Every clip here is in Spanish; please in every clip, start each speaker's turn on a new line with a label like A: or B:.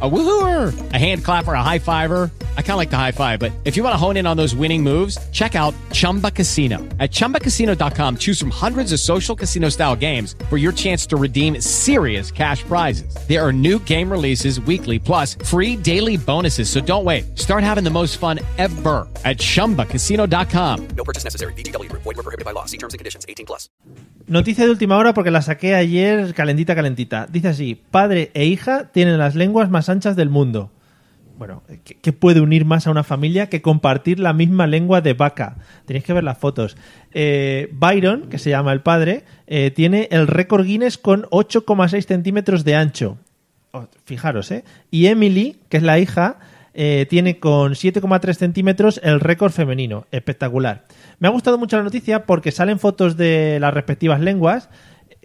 A: A woohooer, a hand clapper, a high fiver. I kind of like the high five, but if you want to hone in on those winning moves, check out Chumba Casino. At chumbacasino.com, choose from hundreds of social casino style games for your chance to redeem serious cash prizes. There are new game releases weekly, plus free daily bonuses. So don't wait. Start having the most fun ever at chumbacasino.com.
B: No purchase necessary. VGW Group. Void were prohibited by law. See terms and conditions. 18 plus.
C: Noticia de última hora porque la saqué ayer calentita, calentita. Dice así, padre e hija tienen las lenguas más anchas del mundo. Bueno, ¿qué, qué puede unir más a una familia que compartir la misma lengua de vaca? Tenéis que ver las fotos. Eh, Byron, que se llama el padre, eh, tiene el récord Guinness con 8,6 centímetros de ancho. Oh, fijaros, ¿eh? Y Emily, que es la hija, eh, tiene con 7,3 centímetros el récord femenino. Espectacular. Me ha gustado mucho la noticia porque salen fotos de las respectivas lenguas.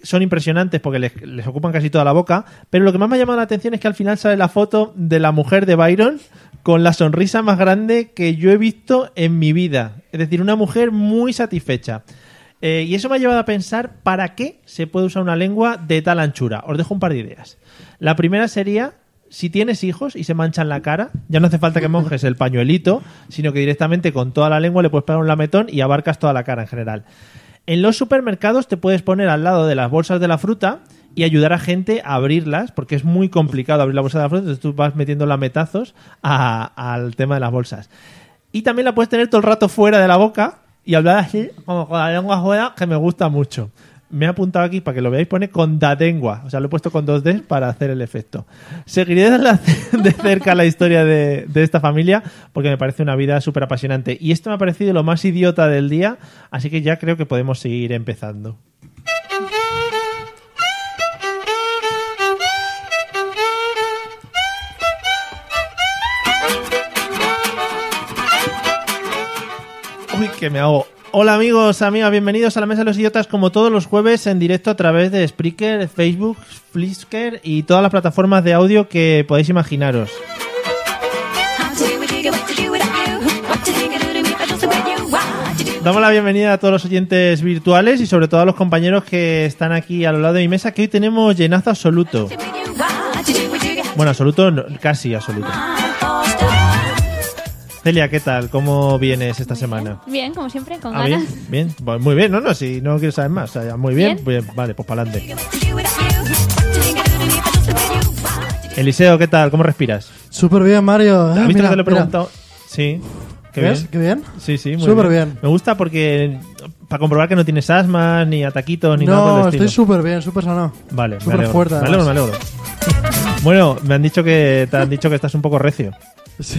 C: Son impresionantes porque les, les ocupan casi toda la boca. Pero lo que más me ha llamado la atención es que al final sale la foto de la mujer de Byron con la sonrisa más grande que yo he visto en mi vida. Es decir, una mujer muy satisfecha. Eh, y eso me ha llevado a pensar para qué se puede usar una lengua de tal anchura. Os dejo un par de ideas. La primera sería, si tienes hijos y se manchan la cara, ya no hace falta que monjes el pañuelito, sino que directamente con toda la lengua le puedes pegar un lametón y abarcas toda la cara en general. En los supermercados te puedes poner al lado de las bolsas de la fruta y ayudar a gente a abrirlas, porque es muy complicado abrir la bolsa de la fruta, entonces tú vas metiendo lametazos a- al tema de las bolsas. Y también la puedes tener todo el rato fuera de la boca y hablar así, como con la lengua fuera, que me gusta mucho. Me he apuntado aquí para que lo veáis, pone con dadengua. O sea, lo he puesto con dos Ds para hacer el efecto. Seguiré de, la- de cerca la historia de, de esta familia porque me parece una vida súper apasionante. Y esto me ha parecido lo más idiota del día, así que ya creo que podemos seguir empezando. Uy, que me hago. Hola amigos, amigas, bienvenidos a la Mesa de los Idiotas como todos los jueves en directo a través de Spreaker, Facebook, Flickr y todas las plataformas de audio que podáis imaginaros. Damos la bienvenida a todos los oyentes virtuales y sobre todo a los compañeros que están aquí a lo lado de mi mesa que hoy tenemos llenazo absoluto. Bueno, absoluto, no, casi absoluto. Celia, ¿qué tal? ¿Cómo vienes esta semana?
D: Bien, como siempre, con
C: Ah, bien,
D: ganas.
C: bien, Bu- muy bien, no, no, si no quiero saber más, o sea, ya, muy bien,
D: Bien.
C: pues, vale, pues para adelante. Eliseo, ¿qué tal? ¿Cómo respiras?
E: Súper bien, Mario. Ah,
C: ¿Has visto
E: mira,
C: que te lo he
E: mira.
C: preguntado? Sí, qué
E: ¿Ves?
C: bien.
E: ¿Qué bien?
C: Sí, sí, muy
E: Súper bien.
C: Me gusta porque para comprobar que no tienes asma, ni ataquitos, ni nada por
E: No,
C: el
E: estoy
C: estilo.
E: súper bien, súper sano.
C: Vale, me
E: súper
C: alegro.
E: fuerte,
C: Me
E: además.
C: alegro, me alegro. Bueno, me han dicho que te han dicho que estás un poco recio.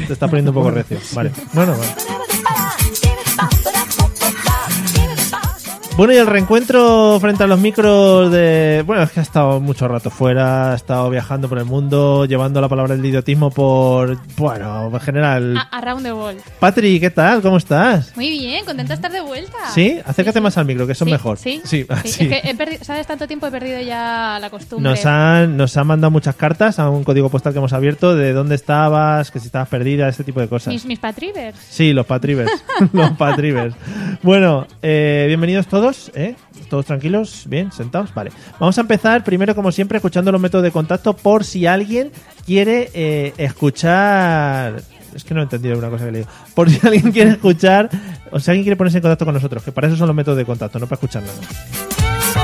C: Te estás poniendo un poco recio. Vale. Bueno, vale. Bueno, y el reencuentro frente a los micros de. Bueno, es que ha estado mucho rato fuera, ha estado viajando por el mundo, llevando la palabra del idiotismo por. Bueno, en general.
F: Ah.
D: A- around the world.
C: Patri, ¿qué tal? ¿Cómo estás?
D: Muy bien, contenta de estar de vuelta.
C: ¿Sí? Acércate
D: Sí, sí.
C: más al micro, que eso es
D: Sí,
C: mejor.
D: Sí,
C: sí.
D: Sí,
C: sí.
D: Es que he perdi- ¿sabes? Tanto tiempo he perdido ya la costumbre.
C: Nos han, nos han mandado muchas cartas a un código postal que hemos abierto de dónde estabas, que si estabas perdida, ese tipo de cosas.
D: Mis, mis patrivers.
C: Sí, los patrivers. los patrivers. Bueno, eh, bienvenidos todos, ¿eh? Todos tranquilos, bien, sentados, vale. Vamos a empezar primero, como siempre, escuchando los métodos de contacto por si alguien quiere eh, escuchar... Es que no he entendido una cosa que le digo. Por si alguien quiere escuchar, o si alguien quiere ponerse en contacto con nosotros, que para eso son los métodos de contacto, no para escuchar nada.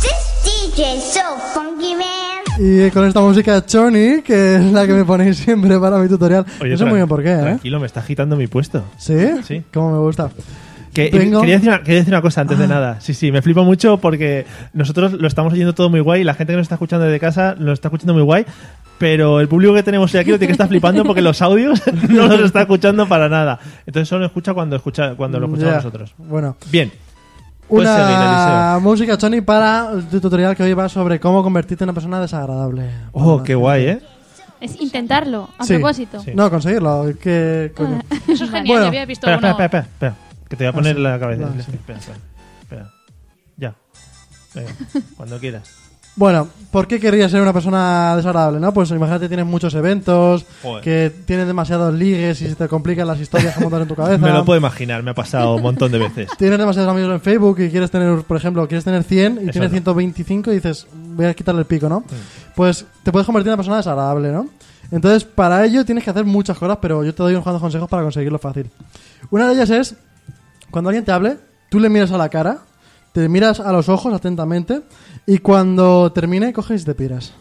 F: This DJ's so funky, man.
E: Y con esta música Choni, que es la que me ponéis siempre para mi tutorial. no sé
C: tran-
E: muy bien por qué, ¿eh?
C: Tranquilo, me está agitando mi puesto.
E: ¿Sí?
C: Sí.
E: Como me gusta.
C: Que, y
E: Vengo- Ah.
C: quería, decir una, quería decir una cosa antes de nada. Sí, sí, me flipa mucho porque nosotros lo estamos oyendo todo muy guay y la gente que nos está escuchando desde casa lo está escuchando muy guay, pero el público que tenemos hoy aquí lo tiene que estar flipando porque los audios no los está escuchando para nada. Entonces solo escucha cuando, escucha, cuando lo escuchamos
E: Ya.
C: nosotros.
E: Bueno,
C: Bien. Pues seguid,
E: una
C: Eliseo.
E: música Choni para el tutorial que hoy va sobre cómo convertirte en una persona desagradable.
C: Oh, qué guay, ¿eh?
F: Es intentarlo, a
E: Sí.
F: propósito. Ah,
C: Sí.
E: No, conseguirlo. ¿Qué coño?
D: Eso es genial,
E: Bueno,
D: ya había visto
C: Espera,
D: uno.
C: espera, espera, espera, espera, Que te voy a poner
E: Ah, sí.
C: la cabeza.
E: Vale, sí.
C: Espera, espera, espera. Ya. Venga, cuando quieras.
E: Bueno, ¿por qué querrías ser una persona desagradable? ¿no? Pues imagínate tienes muchos eventos,
C: Joder.
E: que tienes demasiados ligues y se te complican las historias que montas en tu cabeza.
C: Me lo puedo imaginar, me ha pasado un montón de veces.
E: Tienes demasiados amigos en Facebook y quieres tener, por ejemplo, quieres tener 100 y
C: no.
E: tienes 125 y dices, voy a quitarle el pico, ¿no? Pues te puedes convertir en una persona desagradable, ¿no? Entonces, para ello tienes que hacer muchas cosas, pero yo te doy unos cuantos consejos para conseguirlo fácil. Una de ellas es, cuando alguien te hable, tú le miras a la cara, te miras a los ojos atentamente y cuando termine coges y te piras.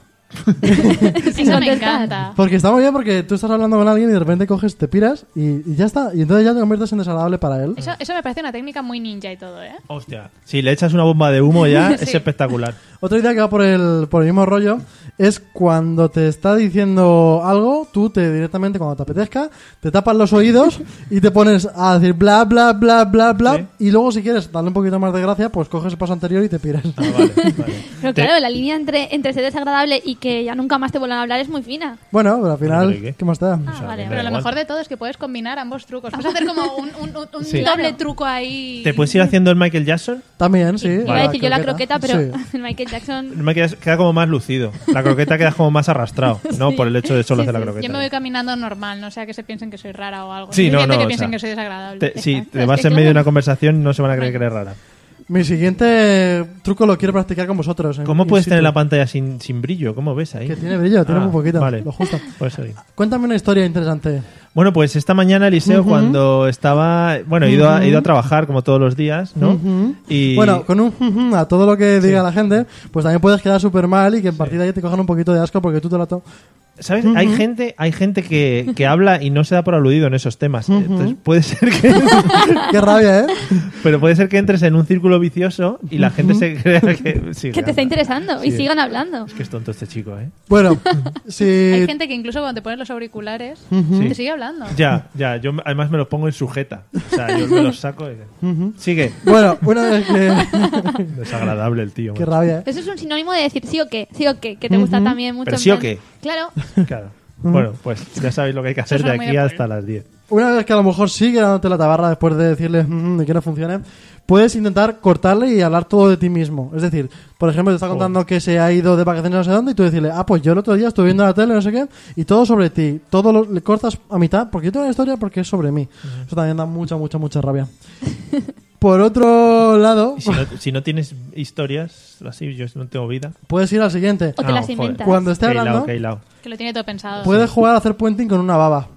D: Eso me
F: contestar.
D: encanta.
E: Porque está muy bien porque tú estás hablando con alguien y de repente coges, te piras y, y ya está. Y entonces ya te conviertes en desagradable para él.
D: Eso, eso me parece una técnica muy ninja y todo, ¿eh?
C: Hostia. Si le echas una bomba de humo ya, es espectacular.
E: Otra idea que va por el, por el mismo rollo es cuando te está diciendo algo, tú te directamente, cuando te apetezca, te tapas los oídos y te pones a decir bla, bla, bla, bla, bla.
C: Sí.
E: Y luego, si quieres darle un poquito más de gracia, pues coges el paso anterior y te piras.
C: Ah, Vale, vale.
F: Pero
C: Te-
F: claro, la línea entre, entre ser desagradable y que ya nunca más te vuelvan a hablar es muy fina.
E: Bueno, pero al final,
C: pero ¿y qué?
E: ¿qué? más te da?
F: Ah, vale,
C: Da
D: Pero lo
C: igual.
D: mejor de todo es que puedes combinar ambos
F: Ah.
D: trucos. Puedes hacer como un, un- un- un
C: Sí.
D: doble
F: Claro.
D: truco ahí.
C: ¿Te puedes ir haciendo el Michael Jackson?
E: También, sí.
F: Iba a decir yo la croqueta, pero
E: Sí.
F: el Michael Jackson.
C: El Michael Jackson queda como más lucido. La croqueta queda como más arrastrado, ¿no? Por el hecho de solo hacer la croqueta. ¿eh?
D: Yo me voy caminando normal, no sea que se piensen que soy rara o algo.
C: Sí, no,
D: Simplemente
C: no,
D: que
C: o
D: piensen
C: sea,
D: que soy desagradable.
C: Te- si
F: Exacto,
C: te
F: es
C: vas
F: que
C: en medio de
F: claro.
C: una conversación, no se van a creer que eres rara.
E: Mi siguiente truco lo quiero practicar con vosotros. en-
C: ¿Cómo
E: in
C: puedes tener
E: situ.
C: la pantalla sin, sin brillo? ¿Cómo ves ahí?
E: Que tiene brillo, tiene
C: Ah,
E: muy poquito,
C: Vale,
E: lo justo.
C: Pues ahí.
E: Cuéntame una historia interesante.
C: Bueno, pues esta mañana Eliseo, cuando estaba. Bueno, he ido, a, he ido a trabajar como todos los días, ¿no? Y.
E: Bueno, con un jujum a todo lo que diga la gente, pues también puedes quedar súper mal y que en partida de ahí te cojan un poquito de asco porque tú te lo to-
C: ¿Sabes? Hay gente, hay gente que, que habla y no se da por aludido en esos temas. Entonces puede ser que.
E: Qué rabia, ¿eh?
C: pero puede ser que entres en un círculo vicioso y la gente se crea que. sí,
F: Que te está
C: anda.
F: interesando y
C: Sí.
F: sigan hablando.
C: Es que es tonto este chico, ¿eh?
E: Bueno,
D: Hay
E: si
D: gente que incluso cuando te pones los auriculares
C: Sí.
D: te sigue hablando.
C: Ya, ya. Yo además me los pongo en sujeta. O sea, yo me los saco y. Sigue.
E: bueno, una vez que
C: Desagradable el tío.
E: qué
C: macho.
E: rabia, ¿eh?
F: Eso es un sinónimo de decir sí o qué, sí o qué, que te gusta también mucho.
C: Pero
F: en
C: sí o
F: plan-
C: qué.
F: Claro,
C: Claro. Bueno, pues ya sabéis lo que hay que hacer
D: Eso
C: de
D: suena muy
C: aquí
D: de Paul.
C: hasta las 10.
E: Una vez que a lo mejor sigue dándote la tabarra después de decirle "Mm, y que no funcione, puedes intentar cortarle y hablar todo de ti mismo. Es decir, por ejemplo, te está contando que se ha ido de vacaciones no sé dónde y tú decirle, ah, pues yo el otro día estuve viendo la tele, no sé qué, y todo sobre ti. Todo lo, le cortas a mitad porque yo tengo una historia porque es sobre mí. Eso también da mucha, mucha, mucha rabia. Por otro lado,
C: Y si no, si no tienes historias, así yo no tengo vida.
E: puedes ir al siguiente.
F: o te
C: Ah,
F: las
C: joder.
F: inventas.
E: Cuando esté
C: Que hilao,
E: hablando,
C: que hilao.
D: Que lo tiene todo pensado.
E: puedes jugar a hacer puenting con una baba.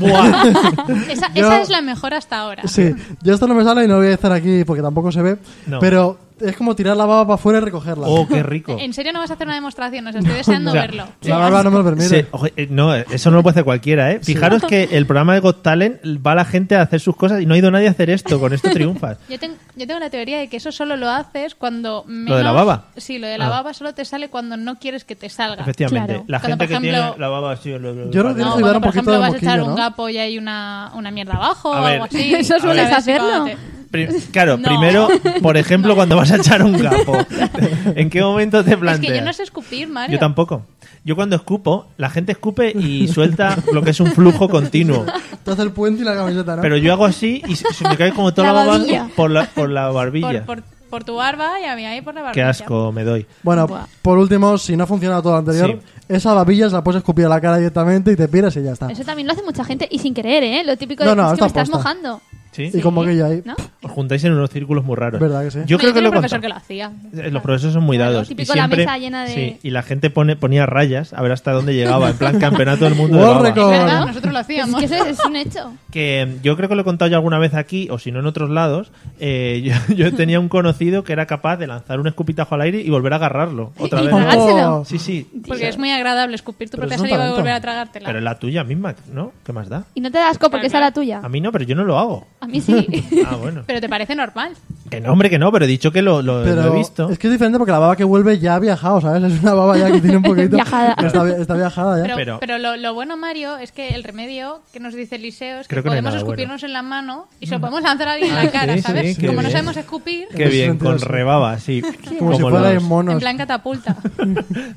D: Esa,
E: Yo-
D: esa es la mejor hasta ahora.
E: Sí, yo esto no me sale y no lo voy a hacer aquí porque tampoco se ve,
C: No.
E: pero es como tirar la baba para afuera y recogerla.
C: Oh, qué rico.
D: En serio no vas a hacer una demostración, os estoy deseando
C: O sea,
D: verlo.
E: La barba no me lo permite.
C: Se- ojo, eh, no, eh, eso no lo puede hacer cualquiera, ¿eh? Fijaros que el programa de Got Talent va la gente a hacer sus cosas y no ha ido nadie a hacer esto. Con esto triunfas.
D: Yo, ten- yo tengo la teoría de que eso solo lo haces cuando menos...
C: de la baba?
D: Sí, lo de la
C: Ah.
D: baba solo te sale cuando no quieres que te salga.
C: Efectivamente.
F: Claro.
C: La
D: Cuando,
C: gente
D: por
C: que tiene
D: ejemplo-
C: la baba así. lo- lo- lo-
E: Yo creo que
D: No,
E: tienes
D: cuando,
E: dar un
D: por
E: poquito
D: ejemplo
E: de
D: vas a echar
E: moquillo,
D: un
E: ¿no?
D: gapo y hay una, una mierda abajo
C: A
D: o
C: ver.
D: algo así.
F: Eso
D: A
F: sueles
D: ver si
F: hacerlo.
D: cuando te-
C: Pri- Claro,
D: No.
C: primero, por ejemplo, cuando vas a echar un gapo. ¿En qué momento te
D: Es
C: planteas?
D: que yo no sé escupir, Mario.
C: Yo tampoco. Yo cuando escupo, la gente escupe y suelta lo que es un flujo continuo.
E: Te hace el puente y la camiseta, ¿no?
C: Pero yo hago así y se se me cae como toda la,
F: La
C: baba
F: babilla.
C: por la, por la barbilla.
D: Por, por, por tu barba y a mí ahí por la barba.
C: Qué asco me doy.
E: Bueno,
F: Buah.
E: por último, si no ha funcionado todo lo anterior, esa babilla se la puedes escupir a la cara directamente y te piras y ya está.
F: Eso también lo hace mucha gente y sin querer, ¿eh? Lo típico de
E: No, no,
F: "Es que
E: está
F: me estás
E: posta.
F: mojando.
C: Sí.
E: Y como que Oh. yo ahí.
D: ¿No?
C: Os juntáis en unos círculos muy raros.
E: ¿Verdad que sí?
C: Yo
D: Hombre,
C: creo que
D: tenía
C: lo he
D: un profesor
C: contado.
D: que lo hacía.
C: Eh, Los profesores son muy
F: Claro,
C: dados.
F: típico
C: y
F: la
C: siempre,
F: mesa llena de-
C: Sí, y la gente pone, ponía rayas a ver hasta dónde llegaba. En plan, campeonato del mundo de
E: World
C: baba.
E: record.
D: ¿Verdad? Nosotros lo
F: Es
D: hacíamos.
F: que eso es un hecho.
C: Que mm, yo creo que lo he contado ya alguna vez aquí, o si no en otros lados. eh, yo, yo tenía un conocido que era capaz de lanzar un escupitajo al aire y volver a agarrarlo otra
F: Y
C: vez.
F: tragar- Dárselo.
E: Oh,
C: Sí, sí.
D: Porque es muy agradable escupir tu
E: Pero
D: propia
E: es un
D: saliva y
E: talento.
D: volver a tragártela.
C: Pero es la tuya misma, ¿no? ¿Qué más da?
F: Y no te das asco porque esa era tuya.
C: A mí no, pero yo no lo hago.
F: A mí sí.
C: Ah, bueno.
D: Pero te parece normal.
C: Que no, hombre, que no, pero he dicho que lo, lo- lo
E: Pero
C: he visto.
E: es que es diferente porque la baba que vuelve ya ha viajado, ¿sabes? Es una baba ya que tiene un poquito.
F: Viajada.
E: Está, vi- está viajada ya.
D: Pero,
C: Pero-
D: pero, lo, lo bueno, Mario, es que el remedio que nos dice Eliseo es que
C: Creo que no hay
D: podemos
C: nada
D: escupirnos en la mano y se lo podemos lanzar a alguien en la cara,
C: sí,
D: ¿sabes?
C: sí, qué
D: Como
C: bien.
D: no sabemos escupir,
C: Qué
E: Ese
C: bien,
E: sentido
C: con
E: sí.
C: rebaba, sí.
E: como, si fuera
C: los-
E: en monos.
D: en plan catapulta.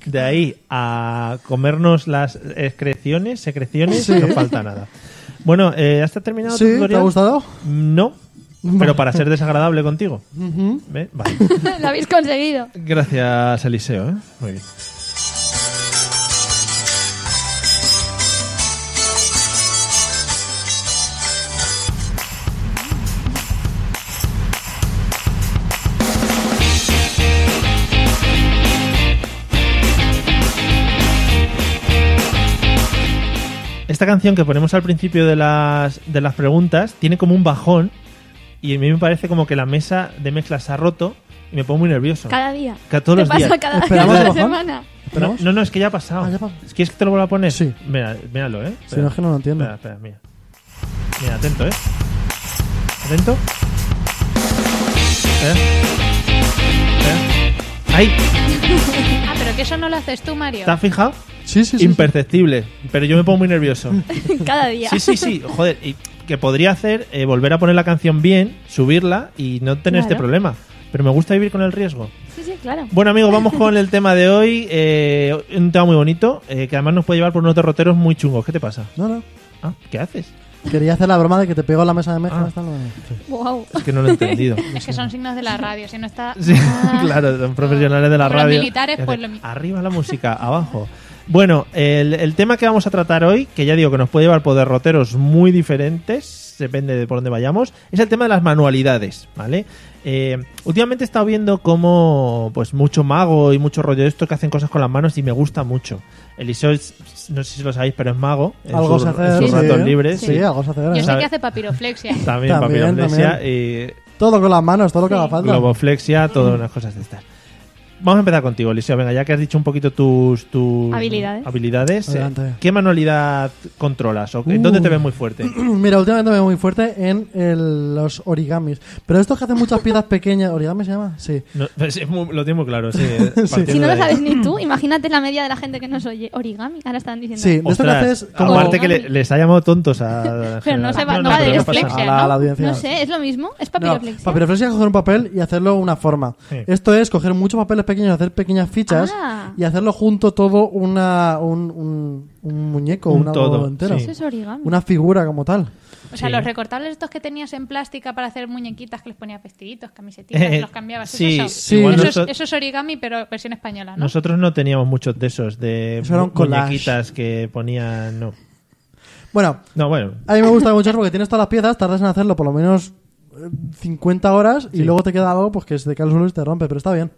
C: De ahí a comernos las excreciones, secreciones,
E: Sí.
C: no falta nada. Bueno, eh, ¿has terminado tu
E: Sí, ¿te
C: tutorial?
E: ha gustado?
C: No, pero para ser desagradable contigo.
E: Ujú.
C: ¿Ve? Vale.
F: Lo habéis conseguido.
C: Gracias, Eliseo. ¿eh? Muy bien. Esta canción que ponemos al principio de las, de las preguntas tiene como un bajón y a mí me parece como que la mesa de mezclas se ha roto y me pongo muy nervioso.
F: Cada día.
C: Que a todos
F: te
C: los
F: pasa
C: días.
F: cada,
E: Esperamos
F: cada
E: a lo mejor.
F: semana.
C: No,
E: ¿Esperamos?
C: no, no, es que ya ha pasado.
E: Ah, ya ha pasado.
C: ¿Quieres que te lo vuelva a poner?
E: Sí.
C: Mira, míralo, ¿eh?
E: Si no es que no lo entiendo.
C: Espera, espera, mira. Mira, atento, ¿eh? Atento. Espera. Espera. ¡Ahí!
D: ah, pero que eso no lo haces tú, Mario.
C: ¿Te has fijado?
E: Sí, sí, sí.
C: Imperceptible. Pero yo me pongo muy nervioso.
F: Cada día.
C: Sí, sí, sí. Joder, y que podría hacer eh, volver a poner la canción bien, subirla y no tener este
F: Claro.
C: problema. Pero me gusta vivir con el riesgo.
F: Sí, sí, claro.
C: Bueno, amigos, vamos con el tema de hoy. eh, un tema muy bonito, eh, que además nos puede llevar por unos derroteros muy chungos. ¿Qué te pasa?
E: sí. No, no.
C: Ah, ¿Qué haces?
E: Quería hacer la broma de que te pegó la mesa de mezcla.
C: Ah.
E: está lo de-
F: Wow.
C: Es que no lo he entendido.
D: Es que son signos de la radio, si no está...
C: Sí, claro, son profesionales de la
D: Como Ah. los
C: radio.
D: militares, pues, lo mi-
C: Arriba la música, abajo. Bueno, el, el tema que vamos a tratar hoy, que ya digo que nos puede llevar por derroteros muy diferentes, depende de por dónde vayamos, es el tema de las manualidades, ¿vale? Eh, últimamente he estado viendo como pues mucho mago y mucho rollo de esto que hacen cosas con las manos y me gusta mucho. Eliseo, es- no sé si lo sabéis, pero es mago. En
E: Algo
C: sus-
E: se hace.
C: en sus ratos
E: sí.
C: libres.
E: Sí, algo se hace.
D: Yo
E: gracias.
D: sé
C: ¿Sabe?
D: que hace papiroflexia.
C: También,
E: También,
C: papiroflexia, y
E: Todo con las manos, todo lo que
D: Sí.
E: haga falta.
C: globoflexia, todas unas cosas de estas. Vamos a empezar contigo, Eliseo. Venga, ya que has dicho un poquito tus, tus
F: Habilidades.
C: habilidades, eh,
E: Adelante.
C: ¿qué manualidad controlas? ¿O en
E: Uh.
C: dónde te ves muy fuerte?
E: Mira, últimamente me veo muy fuerte en el- los origamis. Pero estos que hacen muchas piezas pequeñas. ¿Origami se llama? Sí.
C: No, es muy- lo tengo muy claro, sí. eh, partiendo
F: Si
C: de
F: no lo
C: ahí.
F: sabes ni tú, imagínate la media de la gente que nos oye. Origami. Ahora están diciendo.
E: Sí, de esto que
C: Ostras,
E: haces. Como...
C: aparte que le- les ha llamado tontos a...
F: Pero no se va, no,
D: no,
F: va
D: pero
F: de
D: no pasa
F: reflexia,
E: nada. A la- a la
F: ¿no?
E: audiencia.
F: No sé, es lo mismo. Es papiroflexia.
E: No, papiroflexia es coger un papel y hacerlo una forma.
C: Sí.
E: Esto es coger muchos papeles pequeños, hacer pequeñas fichas
F: Ah.
E: y hacerlo junto todo una, un, un, un muñeco,
C: Un
E: un, algo
C: todo,
E: entero.
C: sí.
F: Eso es origami.
E: Una figura como tal.
D: O sea,
C: Sí.
D: los recortables estos que tenías en plástica para hacer muñequitas que les ponías vestiditos, camisetillas,
C: Eh,
D: los cambiabas.
C: sí,
D: eso, eso,
E: sí. Igual
D: es,
C: noso-
D: eso es origami, pero versión española, ¿no?
C: Nosotros no teníamos muchos de esos, de
E: Eso era un
C: mu-
E: collage.
C: muñequitas que ponían... No,
E: Bueno,
C: no bueno,
E: a mí me gusta mucho porque tienes todas las piezas, tardas en hacerlo por lo menos eh, 50 horas y luego te queda algo pues que se te cae al suelo y se te rompe, pero está bien.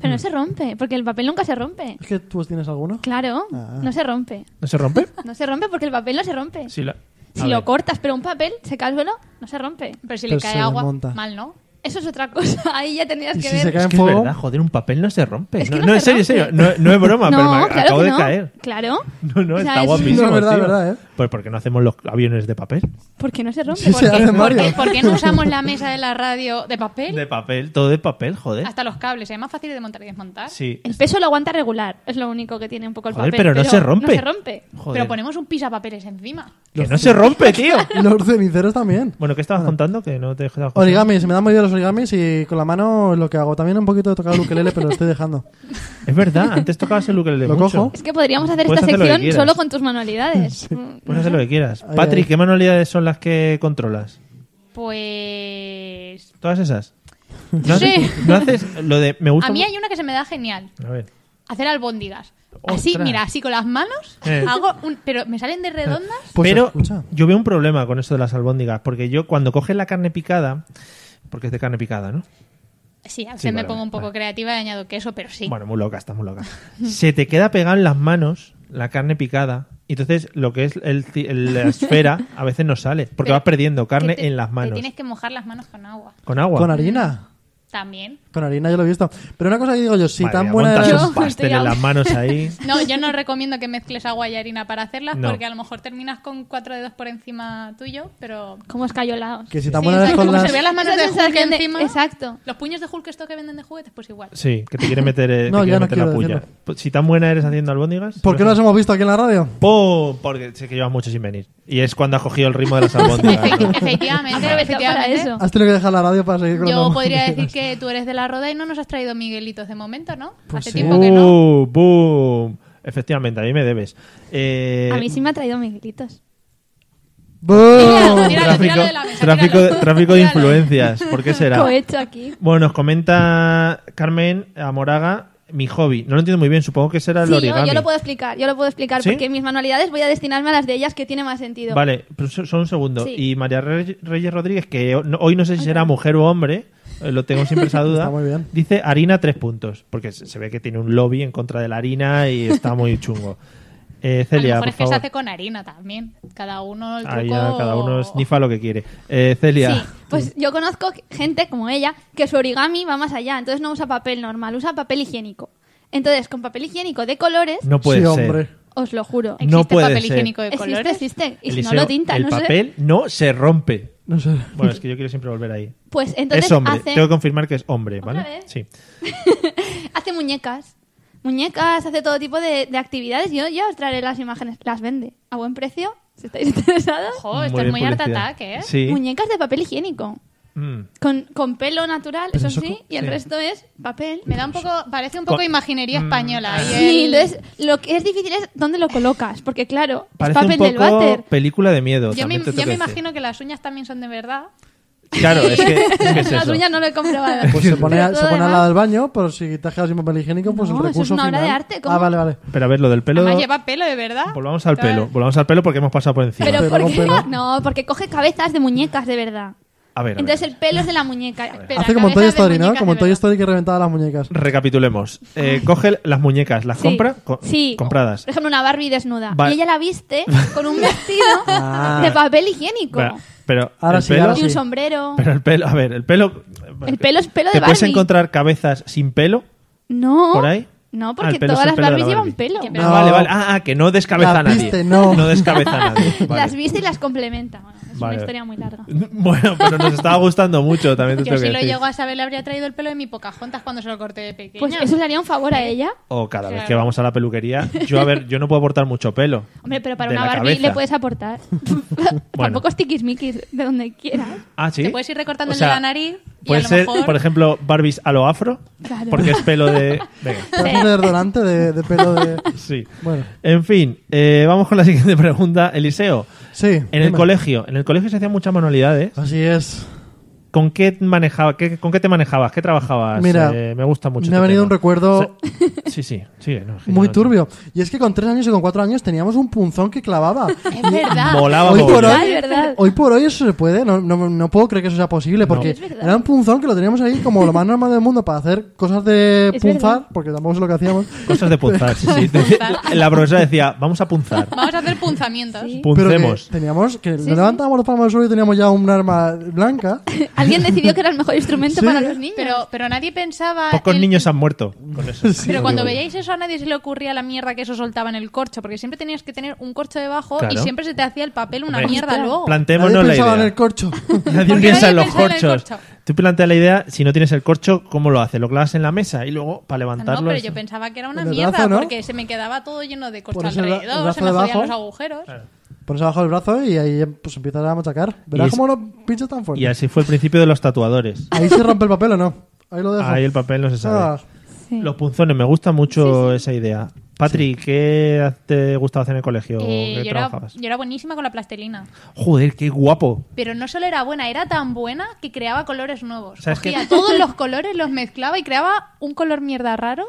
F: Pero no se rompe, porque el papel nunca se rompe.
E: ¿Es que tú tienes alguno?
F: Claro,
E: Ah.
F: no se rompe.
C: ¿no se rompe?
F: No se rompe porque el papel no se rompe.
C: Sí, la- a
F: Si lo
C: ver.
F: cortas, pero un papel se cae al suelo, no se rompe.
D: Pero si
E: Pero
D: le cae
E: Pues se
D: agua,
E: desmonta.
D: mal, ¿no?
F: Eso es otra cosa. Ahí ya tendrías
E: Y
F: que
E: si
F: ver.
E: se cae
C: Es
E: en
C: que es
E: fuego.
C: verdad, joder, un papel no se rompe.
F: Es que
C: no,
F: no
C: no, en
F: se
C: serio, en serio.
F: rompe.
C: No, no es broma, pero me
F: no, claro
C: acabo
F: que
C: de
F: no.
C: caer.
F: Claro.
C: No, no,
F: O sea,
C: está
F: es-
C: guapísimo.
E: No, es verdad,
C: tío.
E: verdad, ¿eh?
C: Pues porque no hacemos los aviones de papel.
F: ¿Por qué no se rompe?
E: Sí,
D: ¿Por
E: se
D: qué,
E: hace
D: por
E: Mario.
D: qué- por qué no usamos la mesa de la radio de papel?
C: De papel, todo de papel, joder.
D: Hasta los cables, es más fácil de montar y desmontar.
C: ¿Eh? Sí.
F: El peso lo aguanta regular, es lo único que tiene un poco el
C: Joder,
F: papel.
C: pero no se rompe.
F: No se rompe.
C: Joder.
D: Pero ponemos un pisapapeles encima.
C: Que no se rompe, tío.
E: Los ceniceros también.
C: Bueno, pues ¿qué estabas contando? Que no te he dejado contar.
E: Origami, se me dan muy bien los origamis y con la mano lo que hago. También un poquito de tocar el ukelele, pero lo estoy dejando.
C: Es verdad, antes tocabas el ukelele
E: Lo
C: mucho.
E: cojo.
F: Es que podríamos hacer
C: Puedes
F: esta
C: hacer lo que
F: sección
C: quieras.
F: solo con tus manualidades. Mm,
C: Puedes hacer lo que quieras.
E: Ay,
C: Patrick,
E: ay.
C: ¿qué manualidades son las que controlas?
D: Pues.
C: ¿Todas esas? ¿No
D: Sí.
C: haces, no haces lo de... Me gusta
D: A mí
C: mu-
D: hay una que se me da genial:
C: A ver.
D: hacer albóndigas.
F: Así,
C: Ostras.
F: mira, así con las manos,
C: Eh.
F: hago un- pero me salen de redondas.
E: Pues
C: pero
E: escucha.
C: yo veo un problema con esto de las albóndigas, porque yo cuando coges la carne picada, porque es de carne picada, ¿no?
F: Sí, a veces
C: Sí,
F: me
C: vale,
F: pongo un poco
C: vale.
F: creativa y añado queso, pero sí.
C: Bueno, muy loca, está muy loca. Se te queda pegada en las manos la carne picada. y Entonces, lo que es el ci- el- la esfera a veces no sale, porque
F: Pero
C: vas perdiendo carne
F: Que te-
C: en las
F: Te
C: manos.
F: tienes que mojar las manos con agua.
C: Con agua.
E: Con harina.
F: También.
E: Con harina yo lo he visto. Pero una cosa que digo yo, si
C: Madre
E: tan
C: mía,
E: buena
C: montas
E: era...
D: Yo-
C: un pastel
D: estoy
C: en las
D: ahog-
C: manos ahí.
F: No, yo no recomiendo que mezcles agua y harina para hacerlas
C: No.
F: porque a lo mejor terminas con cuatro dedos por encima tuyo, pero...
D: Como escayolados.
E: Que si tan
F: Sí,
E: buena
F: o sea,
E: eres con
F: como
E: las...
F: se vean las manos
D: Esa
F: de Hulk
D: sensación de-
F: encima.
D: exacto.
F: Los puños de Hulk esto que venden de juguetes, pues igual.
C: Sí, que te quiere meter, eh, te
E: No,
C: quiere
E: yo no
C: meter la
E: quiero
C: puya.
E: decirlo.
C: Pues, Si tan buena eres haciendo albóndigas.
E: ¿Por qué no las hemos visto aquí en la radio?
C: ¡Pum! Porque sé que llevas mucho sin venir. Y es cuando has cogido el ritmo de las albóndigas.
F: Efecti-
C: ¿no?
F: efectivamente,
D: Aprovechado para
F: efectivamente.
D: eso.
E: Has tenido que dejar la radio para seguir con
F: Yo
E: las
F: podría
E: albóndigas.
F: decir que tú eres de la roda y no nos has traído Miguelitos de momento, ¿no?
E: Pues
F: Hace
E: sí.
F: tiempo que no.
C: ¡Uh, boom! Efectivamente, a mí me debes. Eh,
D: A mí sí me ha traído Miguelitos.
E: ¡Bum!
F: Míralo, míralo,
C: tráfico,
F: de la mesa,
C: tráfico,
F: míralo.
C: tráfico de
F: Míralo.
C: influencias. ¿Por qué será?
D: Cohecho aquí.
C: Bueno, nos comenta Carmen Amoraga mi hobby. No lo entiendo muy bien, supongo que será el
D: Sí, yo,
C: origami.
D: yo lo puedo explicar, yo lo puedo explicar,
C: ¿Sí?
D: porque mis manualidades voy a destinarme a las de ellas que tiene más sentido.
C: Vale, pero so- solo un segundo.
D: Sí.
C: Y María Re- Reyes Rodríguez, que ho- no- hoy no sé si será mujer o hombre, eh, lo tengo siempre esa duda,
E: Está muy bien.
C: dice harina tres puntos, porque se se ve que tiene un lobby en contra de la harina y está muy chungo. Eh,
F: A lo
C: Celia,
F: mejor
C: por
F: es que se
C: favor.
F: hace con harina también. Cada uno el truco...
C: Ahí ya cada uno snifa lo que quiere. Eh, Celia,
D: Sí, pues yo conozco gente como ella que su origami va más allá, entonces no usa papel normal, usa papel higiénico. Entonces, con papel higiénico de colores,
C: no puede
E: sí,
C: ser.
E: hombre.
D: os lo juro.
F: Existe
C: No puede
F: papel
C: ser.
F: higiénico de
D: Existe,
F: colores.
D: existe. Y si no
C: Eliseo,
D: lo tinta,
C: el
D: no sé.
C: papel no se rompe.
E: No sé.
C: Bueno, es que yo quiero siempre volver ahí.
D: Pues entonces
C: es hombre,
D: hace,
C: tengo que confirmar que es hombre, ¿vale?
D: ¿Otra vez?
C: Sí.
D: hace muñecas. Muñecas, hace todo tipo de, de actividades. Yo ya os traeré las imágenes. Las vende a buen precio, si estáis interesados.
F: Ojo, esto es
C: bien
F: muy art
C: publicidad.
F: attack, ¿eh?
C: Sí.
D: Muñecas de papel higiénico.
C: Mm.
D: Con, con pelo natural,
E: Pero
D: eso,
E: eso
D: sí,
E: co-
D: y el
C: Pues sí.
D: resto es papel.
F: Me da un poco... Parece un poco
C: Con- Mm, ah,
F: imaginería española. ahí
D: Sí,
F: el-
D: entonces lo que es difícil es dónde lo colocas, porque claro, es
C: Parece
D: papel
C: un
D: del
C: poco
D: váter.
C: película de miedo.
F: Yo me,
C: también te
F: yo
C: tengo
F: me
C: que decir.
F: imagino que las uñas también son de verdad.
C: Claro, es que, es que es
D: Las
C: eso.
D: uñas no lo he comprobado.
E: Pues se pone,
D: Pero
E: a-
D: todo
E: se pone al
D: demás-
E: lado del baño, pero si te has quedado sin papel higiénico, pues
D: No,
E: el
D: eso es
E: recurso
D: una obra
E: final.
D: de arte, ¿cómo?
E: Ah, vale, vale.
C: Pero a ver, lo del pelo.
F: Además lleva pelo de verdad.
C: Volvamos al
F: Entonces,
C: pelo. Volvamos al pelo porque hemos pasado por encima.
D: Pero
E: Pelo
D: ¿por
E: con
D: qué?
E: pelo.
D: No, porque coge cabezas de muñecas de verdad.
C: a ver, a ver.
D: Entonces el pelo es de la muñeca.
F: Espera,
E: Hace como en
F: cabezas
E: Toy
F: de
E: Story, ¿no?
F: muñecas
E: Como
F: de
E: en Toy
F: verdad.
E: Story que reventaba las muñecas.
C: recapitulemos. Eh, coge las muñecas, las
D: Sí.
C: compra Co-
D: Sí.
C: compradas.
D: Por ejemplo, una Barbie desnuda.
C: Va-
D: Y ella la viste con un vestido
E: Ah.
D: de papel higiénico.
C: Pero, pero
E: Ahora
C: el
E: sí,
C: pelo,
E: ahora
D: Y un
E: sí.
D: sombrero.
C: pero el pelo, a ver, el pelo.
D: El pelo es pelo de
C: ¿Te puedes
D: Barbie.
C: encontrar cabezas sin pelo
D: No.
C: por ahí?
D: No,
C: Ah,
D: porque
C: el pelo es
D: todas
C: el
D: las
C: pelo de la
D: Barbies llevan
C: Barbie.
D: pelo.
F: Que-
E: No.
F: pero-
C: Vale, vale. Ah, ah, que no descabeza
E: La
C: a nadie.
E: viste, no.
C: descabeza a nadie. Vale.
D: Las viste y las complementa. Bueno, es
C: Vale.
D: una historia muy larga.
C: Bueno, pero nos estaba gustando mucho también. Te
F: Yo
C: tengo
F: si
C: que
F: lo
C: decir.
F: llego a saber le habría traído el pelo de mi Pocahontas cuando se lo corté de pequeña.
D: Pues eso le haría un favor a ella.
C: O cada vez
F: Claro.
C: Oh, que vamos a la peluquería, yo a ver, yo no puedo aportar mucho pelo.
D: Hombre, pero para
C: De
D: una
C: la
D: Barbie
C: cabeza.
D: le puedes aportar. Tampoco es tiquismiquis de donde quieras.
C: Ah, sí.
F: Te puedes ir
C: O
F: recortando
C: sea,
F: el de la nariz y
C: Puede
F: a lo
C: ser,
F: mejor...
C: por ejemplo, Barbies a lo afro,
D: Claro.
C: porque es pelo de. Venga,
E: Puedes tener delante de, de pelo de...
C: sí.
E: Bueno.
C: En fin, eh, vamos con la siguiente pregunta, Eliseo.
E: Sí.
C: En el
E: dime.
C: colegio, en el colegio se hacían muchas manualidades.
E: Así es.
C: ¿Con qué manejaba, qué- con qué te manejabas, qué trabajabas?
E: Mira,
C: Eh, me gusta mucho.
E: me ha
C: este
E: venido
C: tema.
E: un recuerdo-
C: Sí, sí, sí. sí, no, es que yo
E: Muy
C: no-
E: turbio. Y es que con tres años y con cuatro años teníamos un punzón que clavaba.
F: Es verdad.
C: Molaba
E: Hoy por
C: mogollón.
E: hoy,
D: Ah, es verdad.
E: hoy por hoy eso se puede, no, no, no puedo creer que eso sea posible, porque
D: Es verdad.
E: era un punzón que lo teníamos ahí como lo más normal del mundo para hacer cosas de
D: Es
E: punzar,
D: verdad.
E: porque tampoco es lo que hacíamos.
C: Cosas de punzar. sí, sí. La profesora decía, vamos a punzar.
F: Vamos a hacer punzamientos.
E: Pero que
C: Puncemos.
E: teníamos que
D: Sí,
E: levantábamos los palmas del suelo y teníamos ya un arma blanca.
D: Alguien decidió que era el mejor instrumento
E: Sí.
D: para los niños.
F: Pero, pero nadie pensaba...
C: Pocos
F: en-
C: niños han muerto con eso.
F: Pero cuando
C: digo yo.
F: veíais eso a nadie se le ocurría la mierda que eso soltaba en el corcho, porque siempre tenías que tener un corcho debajo
C: Claro.
F: y siempre se te hacía el papel una
C: Hombre,
F: mierda
D: Ostras.
F: luego.
E: Nadie
C: Planteémonos la
E: pensaba en
C: idea.
E: el corcho.
C: Nadie piensa
F: Porque nadie
C: en los
F: pensaba en el
C: corchos.
F: corcho.
C: Tú planteas la idea, si no tienes el corcho, ¿cómo lo haces? Lo clavas en la mesa y luego para levantarlo.
F: Ah, No, pero
C: es-
F: yo pensaba que era una
E: Con el
F: mierda
E: brazo, ¿no?
F: porque se me quedaba todo lleno de corcho
E: Por eso el bra- el
F: alrededor,
E: brazo
F: se me
E: debajo.
F: jodían los agujeros.
E: Pones abajo el brazo y ahí pues empiezas a machacar.
C: Y
E: Verás
C: es-
E: cómo lo pinchas tan fuerte.
C: Y así fue el principio de los tatuadores.
E: Ahí se rompe el papel o no. Ahí lo dejo.
C: Ahí el papel no se sabe.
E: Ah,
D: Sí.
C: Los punzones, me gusta mucho esa idea. Patri, ¿qué te gustaba hacer en el colegio?
F: Eh,
C: ¿Qué
F: yo, era,
C: trabajabas?
F: yo era buenísima con la plastilina.
C: Joder, qué guapo.
F: Pero no solo era buena, era tan buena que creaba colores nuevos.
C: ¿Sabes qué?
F: Cogía todos los colores, los mezclaba y creaba un color mierda raro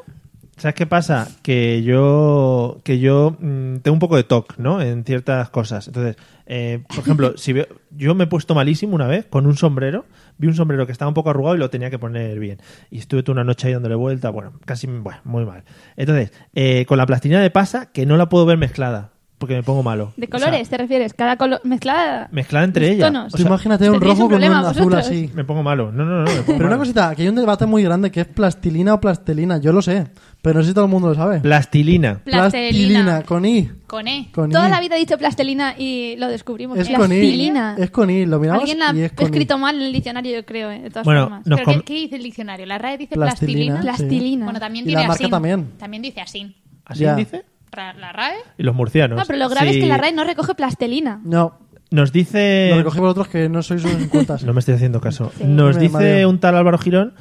C: ¿Sabes qué pasa? Que yo, que yo mm, tengo un poco de TOC, ¿no? En ciertas cosas. Entonces, eh, por ejemplo, si veo- yo me he puesto malísimo una vez con un sombrero. Vi un sombrero que estaba un poco arrugado y lo tenía que poner bien. Y estuve toda una noche ahí dándole vuelta. Bueno, casi, bueno, muy mal. Entonces, eh, con la plastilina de pasa, que no la puedo ver mezclada, porque me pongo malo.
F: ¿De
C: O sea,
F: colores te refieres? Cada color mezclada.
C: Mezclada entre
F: Los
C: ellas.
F: tonos.
C: O
E: Tú
C: sea,
E: imagínate un
F: ¿tenéis
E: rojo
F: un
E: con un
F: este problema
E: azul
F: vosotros?
E: así.
C: me pongo malo. No, no, no. me pongo
E: Pero una
C: malo.
E: cosita, que hay un debate muy grande que es plastilina o plastelina. Yo lo sé, pero no sé si todo el mundo lo sabe.
C: Plastilina.
D: Plastilina.
E: con I.
D: Con E.
E: Con
F: Toda
E: I.
F: la vida he dicho plastelina y lo descubrimos.
E: es con I.
F: plastilina.
E: Es con I, lo miramos
F: Alguien la ha
E: y es con E. I.
F: escrito mal en el diccionario, yo creo, eh, de todas
C: Bueno,
F: formas.
C: no. Nos
D: ¿Pero qué,
C: com-
D: qué dice el diccionario? La RAE dice
E: Plastilina,
D: plastilina.
E: sí.
F: Plastilina.
D: Bueno, también
E: Y
D: dice
E: la marca
D: así.
E: también.
D: dice así.
C: ¿Así
E: Ya.
C: dice?
D: Ra- La RAE.
C: Y los murcianos.
F: No, Ah, pero lo grave
C: Sí.
F: es que la RAE no recoge plastelina.
E: No,
C: Nos dice.
E: lo recogí vosotros que no sois unos incultas.
C: No me estoy haciendo caso. Nos
E: Me
C: dice
E: mareo.
C: un tal Álvaro Girón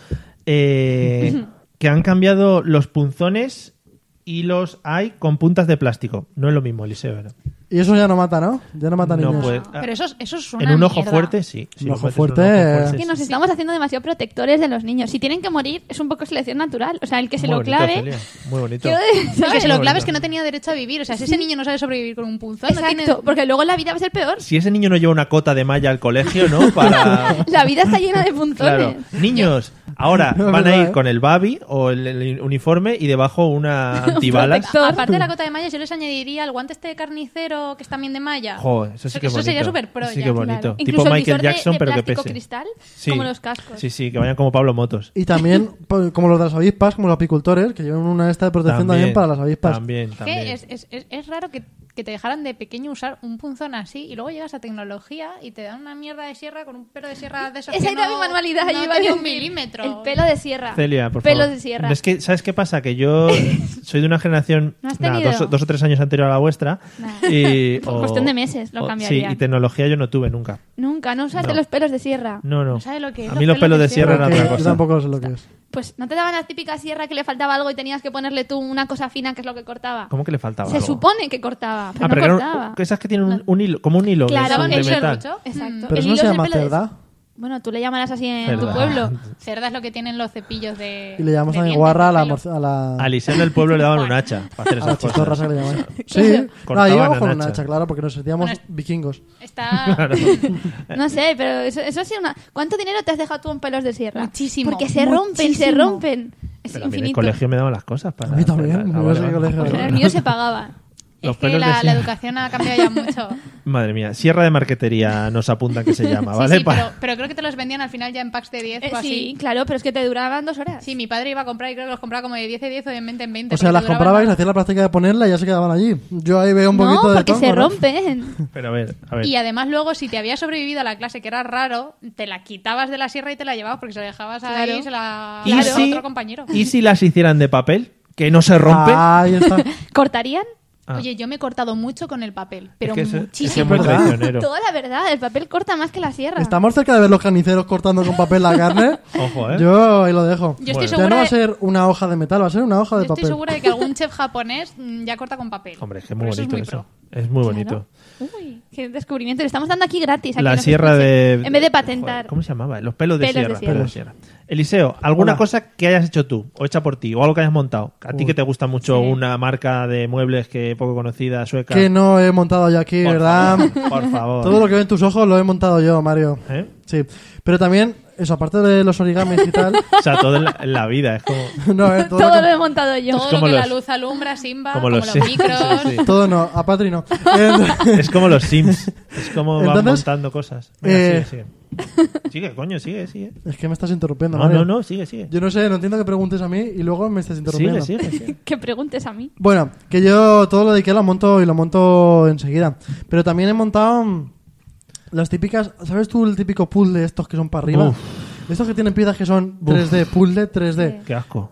C: eh, que han cambiado los punzones y los hay con puntas de plástico. No es lo mismo, Eliseo. ¿no?
E: Y eso ya no mata, ¿no? Ya no mata
C: No
E: niños.
C: puede-
F: Ah,
D: Pero eso, es- eso es una
C: en un ojo
D: mierda.
C: fuerte, sí. Si
E: Ah. Un
C: lo
E: ojo
C: metes en un
E: fuerte, eh.
F: Es que
C: sí,
F: nos
C: sí.
F: estamos haciendo demasiado protectores de los niños. Si tienen que morir, es un poco selección natural. O sea, el que se
C: Muy
F: lo
C: bonito,
F: clave.
C: Celia, Muy bonito.
F: Yo-
D: El que
F: ¿sabes?
D: se lo
C: Muy
D: clave
C: bonito.
D: es que no tenía derecho a vivir. O sea, si ese niño no sabe sobrevivir con un punzón, no tiene-
F: Exacto, porque luego la vida va a ser peor.
C: Si ese niño no lleva una cota de malla al colegio, ¿no? Para.
F: La vida está llena de puntones.
C: Claro. Niños, ahora
E: No,
C: van a
E: verdad,
C: ir
E: ¿eh?
C: con el babi o el, el uniforme y debajo una antibalas.
F: protector.
D: Aparte de la cota de malla, yo les añadiría el guante este de carnicero que es también de malla.
C: Jo, eso sí que es bonito.
D: sería súper pro.
C: Sí
D: ya,
C: que es
D: claro.
C: bonito.
F: Incluso
C: Tipo
F: el
C: Michael
F: visor de-
C: Jackson,
F: de
C: pero que
F: plástico
C: pese.
F: cristal,
C: Sí.
F: como los cascos.
C: Sí, sí, que vayan como Pablo Motos.
E: Y también, po- como los de las avispas, como los apicultores, que llevan una esta de protección también, para las avispas.
C: También,
D: Es que
C: también.
D: es, es- es- es raro que, que te dejaran de pequeño usar un punzón así y luego llegas a tecnología y te dan una mierda de sierra con un pelo de sierra de esos
F: Esa
D: que
F: era
D: no-
F: mi manualidad. yo
D: no
F: iba a
D: tenía
F: decir,
D: un milímetro.
F: El pelo de sierra.
C: Celia, por
F: Ah, Pelos
C: favor.
F: de sierra.
C: Es que, ¿sabes qué pasa? Que yo soy de una generación
F: ¿No has
C: nada,
F: tenido?
C: dos, dos o tres años anterior a la vuestra.
F: Nah.
C: Y,
F: Por cuestión de meses lo
C: o-
F: cambiaría.
C: Sí, y tecnología yo no tuve nunca.
F: Nunca, no usaste
C: No.
F: los pelos de sierra.
C: No, no.
D: No sabe lo que es
C: a mí los pelos de sierra eran
E: Porque
C: otra
E: Yo
C: cosa.
E: tampoco sé lo que es.
F: Pues no te daban la típica sierra que le faltaba algo y tenías que ponerle tú una cosa fina que es lo que cortaba.
C: ¿Cómo que le faltaba?
F: Se
C: algo?
F: supone que cortaba, pero
C: Ah,
F: no
C: pero eran-
F: cortaba.
C: esas que tienen un, un hilo, como un hilo.
F: Claro,
C: de,
F: daban
C: de
F: el
C: metal.
D: serrucho.
F: Exacto.
E: Pero
F: El
E: eso no
F: hilo
E: se
F: es el
E: llama
F: pelo de-
E: cerda.
F: Bueno, tú le llamarás así en
C: Cerda.
F: tu pueblo.
D: Cerda es lo que tienen los cepillos de.
E: Y le llamamos
D: de
E: también
D: dientes,
E: guarra a la...
D: pelo.
E: mor- A la...
C: A Eliseo en el pueblo le daban un hacha para hacer
E: a la
C: esas
E: chistorra
C: cosas.
E: se le llama. Sí, no,
C: Cortaban
E: íbamos con
C: a
E: una
C: Nacha.
E: hacha, claro, porque nos sentíamos
D: Bueno,
E: vikingos.
D: Está.
F: No sé, pero eso, eso sí una... ¿Cuánto dinero te has dejado tú en pelos de sierra?
D: Muchísimo,
F: Porque se rompen, se
D: muchísimo.
F: rompen. Es
C: Pero a mí en el
F: infinito.
C: colegio me daban las cosas para.
E: A mí también,
C: para-
E: yo
C: ah, vale,
E: sé que
C: vale.
E: colegio-
F: Pero el mío se pagaba.
C: Los
D: es que
C: pelos de
D: la, la
C: sierra.
D: educación ha cambiado ya mucho.
C: Madre mía, Sierra de Marquetería nos apunta que se llama,
D: Sí,
C: ¿vale?
D: sí,
C: Pa-
D: pero, pero creo que te los vendían al final ya en packs de 10
F: Eh,
D: o así.
F: sí, claro, pero es que te duraban dos horas.
D: Sí, mi padre iba a comprar y creo que los compraba como de 10 a 10 o de 20 en 20.
E: O sea,
D: porque
E: las
D: duraban
E: comprabais,
D: más.
E: hacías la práctica de ponerla y ya se quedaban allí. Yo ahí veo un
F: no,
E: poquito de
F: porque se
E: tongo, ¿no?
F: rompen.
C: Pero a ver, a ver.
D: Y además luego, si te había sobrevivido a la clase, que era raro, te la quitabas de la sierra y te la llevabas porque se la dejabas ahí
F: Claro.
D: y se la
C: ¿Y
D: dabas a
C: si-
D: otro compañero.
C: ¿Y si las hicieran de papel? Que no se rompe.
E: Ahí está.
F: ¿Cortarían?
C: Ah.
D: Oye, yo me he cortado mucho con el papel, pero
C: es que es-
D: muchísimo.
C: Es, que es muy
E: ¿Verdad?
C: traicionero.
F: Toda la verdad, el papel corta más que la sierra.
E: Estamos cerca de ver los carniceros cortando con papel la carne.
C: Ojo, ¿eh?
E: Yo ahí lo dejo.
D: Yo estoy
E: ya
D: segura
E: no va a
D: de-
E: ser una hoja de metal, va a ser una
D: Yo
E: hoja de
D: estoy
E: papel.
D: segura de que algún chef japonés mm, ya corta con papel.
C: Hombre, es que es muy
D: Por eso
C: bonito
D: es muy
C: eso.
D: pro.
C: Es muy bonito.
F: Uy, qué descubrimiento. Le estamos dando aquí gratis. a
C: La
F: quien nos
C: sierra
F: escuche.
C: de...
F: En vez de patentar.
C: Joder, ¿Cómo se llamaba? Los pelos de
F: Pelos de
C: sierra.
F: sierra.
C: pelos de sierra. Eliseo, ¿alguna
E: Hola.
C: cosa que hayas hecho tú o hecha por ti o algo que hayas montado? A ti
E: Uy.
C: que te gusta mucho una marca de muebles que poco conocida, sueca.
E: Que no he montado yo aquí,
C: Por
E: ¿verdad?
C: favor, por favor.
E: Todo lo que ven tus ojos lo he montado yo, Mario.
C: ¿Eh?
E: Sí. Pero también, eso, aparte de los origamis y tal.
C: O sea, todo en la, en la vida. Es como...
E: no, eh, todo,
F: Todo
E: lo
F: lo
E: que-
F: he montado yo.
D: Todo lo
C: como
D: que la
C: los-
D: luz alumbra, Simba,
C: como
D: como
C: los-
D: los,
C: sí,
D: micros.
C: sí, sí.
E: todo no, a Patri no. Eh,
C: Es como los Sims. Es como van
E: Entonces,
C: montando cosas. Venga,
E: eh,
C: sigue, sigue. Sigue, coño, sigue, sigue.
E: es que me estás interrumpiendo,
C: No,
E: Mario.
C: no, no, sigue, sigue.
E: Yo no sé, no entiendo que preguntes a mí y luego me estás
C: Sigue,
E: interrumpiendo.
C: sigue, sigue.
F: Que preguntes a mí.
E: Bueno, que yo todo lo de Ikea lo monto y lo monto enseguida. Pero también he montado mm, las típicas... ¿Sabes tú el típico puzzle de estos que son para arriba?
C: Uf.
E: Estos que tienen piezas que son 3D, puzzle 3D.
C: Qué asco.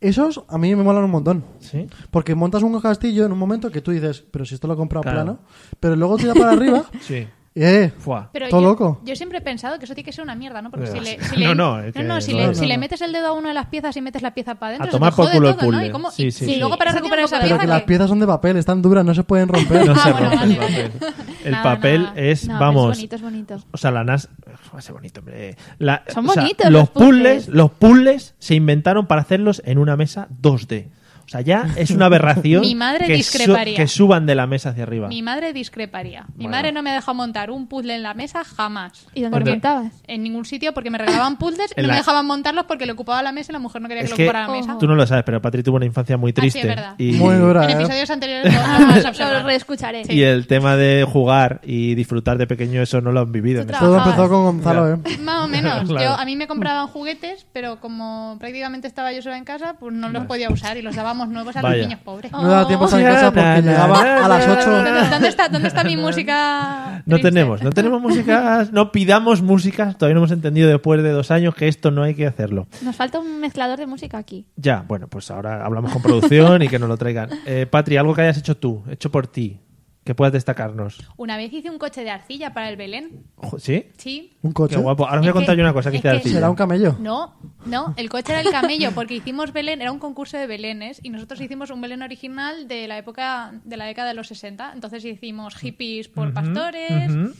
E: Esos a mí me molan un montón.
C: ¿Sí?
E: Porque montas un castillo en un momento que tú dices, pero si esto lo he comprado
C: Claro.
E: plano. Pero luego tira para arriba.
C: Sí.
E: ¡Eh!
C: Fua.
D: Pero
E: Todo
D: yo,
E: loco.
D: yo siempre he pensado que eso tiene que ser una mierda, ¿no? Porque
C: Eh,
D: si le,
C: sí.
D: si le-
C: No, no, es que
D: si,
C: no,
D: le,
C: no,
D: si
C: no.
D: le metes el dedo a una de las piezas y metes la pieza para adentro,
C: A
D: se
C: tomar
D: te
C: por
D: jode
C: culo el
D: todo, ¿no?
C: puzzle.
D: Y cómo-
C: Sí,
D: y-
C: sí,
D: y
C: sí.
D: luego para
F: Eso tiene
D: recuperar
F: poco
D: esa
F: de
E: Pero
D: pieza,
E: que las
D: ¿qué?
E: piezas son de papel, están duras, no se pueden romper.
C: No
D: Ah,
C: se
D: bueno,
C: rompe el
D: vale,
C: papel. El
D: Nada,
C: papel
D: nada.
C: es,
F: No, pero
C: vamos.
F: Es bonito, es bonito.
C: O sea, la NAS. Uf, ese bonito, hombre. La-
F: Son
C: o sea,
F: bonitos
C: los
F: los puzzles.
C: puzzles. Los puzzles se inventaron para hacerlos en una mesa 2D. O sea, ya es una aberración
F: Mi madre
C: que,
F: discreparía.
C: que suban de la mesa hacia arriba.
F: Mi madre discreparía. Mi
C: Bueno.
F: madre no me ha dejado montar un puzzle en la mesa jamás.
D: ¿Y dónde lo
C: Hombre.
D: montabas?
F: En ningún sitio porque me regalaban puzzles,
C: En
F: no
C: la-
F: me dejaban montarlos porque le ocupaba la mesa y la mujer no quería que
C: Es
F: lo
C: que-
F: ocupara la mesa.
D: Ojo.
C: Tú no lo sabes, pero Patri tuvo una infancia muy
F: Ah, sí, es
C: triste.
F: verdad.
C: y,
E: Muy dura,
F: En
E: ¿eh?
F: episodios anteriores lo vas a observar.
D: lo reescucharé.
F: Sí.
C: y el tema de jugar y disfrutar de pequeño, eso no lo han vivido.
D: Tú
C: ¿no?
E: Todo
D: Ajá.
E: empezó con Gonzalo, ¿eh?
F: Más o menos.
C: Claro.
F: Yo, a mí me compraban juguetes, pero como prácticamente estaba yo sola en casa, pues no los podía usar y los dábamos nuevos a los
C: Vaya.
F: niños pobres.
D: Oh.
E: No daba tiempo a estar en casa
C: Na, na,
E: porque
C: na,
E: llegaba a las
C: na,
E: 8.
C: na,
F: ¿Dónde está, dónde está mi música?
C: No
F: triste?
C: tenemos, no tenemos músicas, no pidamos músicas, todavía no hemos entendido después de dos años que esto no hay que hacerlo.
D: Nos falta un mezclador de música aquí.
C: Ya, bueno, pues ahora hablamos con producción y que nos lo traigan. Eh, Patri, algo que hayas hecho tú, hecho por ti, que puedas destacarnos.
F: Una vez hice un coche de arcilla para el Belén.
C: Jo- ¿Sí?
F: Sí.
E: Un coche.
C: Qué guapo. Ahora os voy a
F: Es
C: contar
F: que-
C: yo una cosa que
F: es
C: hice de
F: que-
C: arcilla.
E: ¿Será un camello?
F: No, no, el coche era el camello, porque hicimos Belén, era un concurso de Belenes, y nosotros hicimos un Belén original de la época, de la década de los 60. Entonces hicimos hippies por pastores,
C: ujú.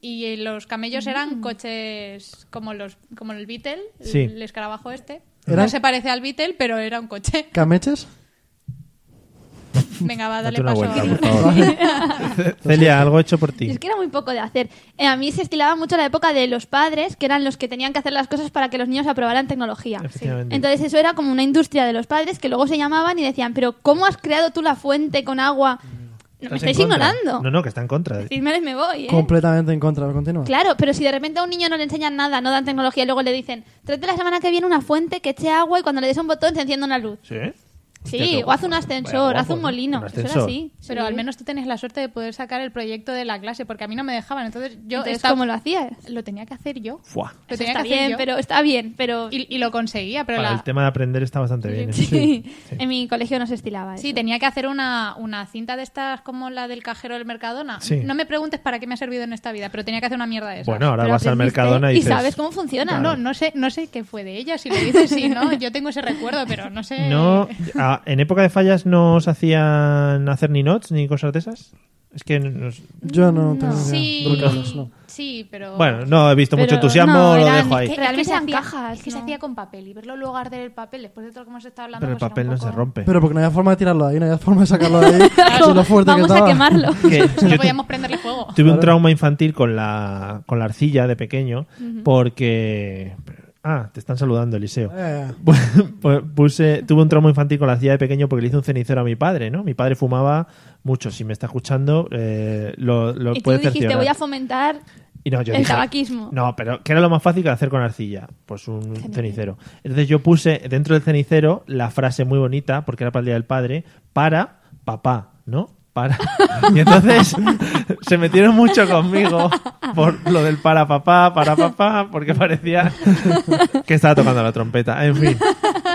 F: y los
D: Mm.
F: camellos eran coches como los como el Beetle, el-
C: Sí.
F: el escarabajo este.
E: ¿Era-
F: No se parece al Beetle, pero era un coche.
E: ¿Cameches?
F: Venga, va, dale
C: Date una
F: paso.
C: vuelta, por favor. Celia, algo hecho por
D: Y
C: ti.
D: Es que era muy poco de hacer. Eh, a mí se estilaba mucho la época de los padres, que eran los que tenían que hacer las cosas para que los niños aprobaran tecnología.
C: Efectivamente.
D: Entonces eso era como una industria de los padres que luego se llamaban y decían, pero ¿cómo has creado tú la fuente con agua?
C: Mm.
D: No, me
C: ¿Estás en
D: estáis
C: contra?
D: ignorando.
C: No, no, que está en contra.
D: Decídmeles, me voy, ¿eh?
E: Completamente en contra. Continúa.
D: Claro, pero si de repente a un niño no le enseñan nada, no dan tecnología y luego le dicen, tráete la semana que viene una fuente que eche agua y cuando le des a un botón se encienda una luz.
C: ¿Sí? Hostia,
D: Sí,
C: qué
D: o haz un
C: guapo.
D: ascensor,
C: Vaya,
D: haz
C: guapo,
D: un molino.
C: un
D: Eso era
C: ascensor.
D: así.
F: Pero
D: Sí.
F: al menos tú tienes la suerte de poder sacar el proyecto de la clase, porque a mí no me dejaban. Entonces yo
D: Entonces,
F: estaba-
D: ¿cómo lo hacías?
F: lo tenía que hacer yo.
C: Fuá.
F: Lo
D: Eso
F: tenía
D: está
F: que hacer
D: bien,
F: yo.
D: pero está bien, pero
F: Y, y lo conseguía, pero
C: Para
F: la,
C: el tema de aprender está bastante bien. ¿eh?
D: Sí.
C: Sí.
D: En mi colegio no se estilaba. eso.
F: Sí, tenía que hacer una, una cinta de estas como la del cajero del Mercadona.
C: Sí.
F: No me preguntes para qué me ha servido en esta vida, pero tenía que hacer una mierda de esa.
C: Bueno, ahora
D: Pero
C: vas al
D: aprendiste
C: Mercadona y, dices,
D: sabes cómo funciona.
F: No, no sé, no sé qué fue de ella, si lo dices sí, no, yo tengo ese recuerdo, pero no sé.
C: No,
D: Eh.
C: ah, en época de fallas no os hacían hacer ni notes ni cosas de esas. Es que nos-
E: Yo no tengo idea.
F: Sí,
E: Brujas, no.
F: sí, pero
C: bueno, no he visto mucho
D: Pero
C: entusiasmo,
D: no,
C: lo
D: eran-
C: dejo ahí.
D: es que-
F: Realmente
D: realmente
F: se
D: eran
F: hacía-
D: cajas,
F: Es que se
D: ¿no?
F: hacía con papel y verlo luego arder el papel después de todo lo que hemos estado hablando.
C: Pero el
F: pues era
C: papel
F: un
C: no se
F: poco-
C: rompe.
E: Pero porque no había forma de tirarlo de ahí, no había forma de sacarlo de ahí. de lo fuerte
D: Vamos
E: que
D: a
E: estaba.
D: quemarlo.
C: Que
F: No
C: yo
F: podíamos prenderle fuego.
C: tuve un trauma infantil con la con la arcilla de pequeño porque ah, te están saludando Eliseo.
E: Eh,
C: Pu- puse, tuve un trauma infantil con la silla de pequeño porque le hice un cenicero a mi padre, ¿no? Mi padre fumaba mucho. Si me está escuchando, eh, lo, lo
D: Y tú
C: puede
D: dijiste,
C: cerciorar.
D: voy a fomentar.
C: Y no, yo
D: el
C: dije-
D: tabaquismo.
C: No, pero ¿qué era lo más fácil que hacer con arcilla? Pues un cenicero. Entonces yo puse dentro del cenicero la frase muy bonita, porque era para el Día del Padre, para papá, ¿no? Para. Y entonces se metieron mucho conmigo por lo del para papá, para papá, porque parecía que estaba tocando la trompeta. En fin,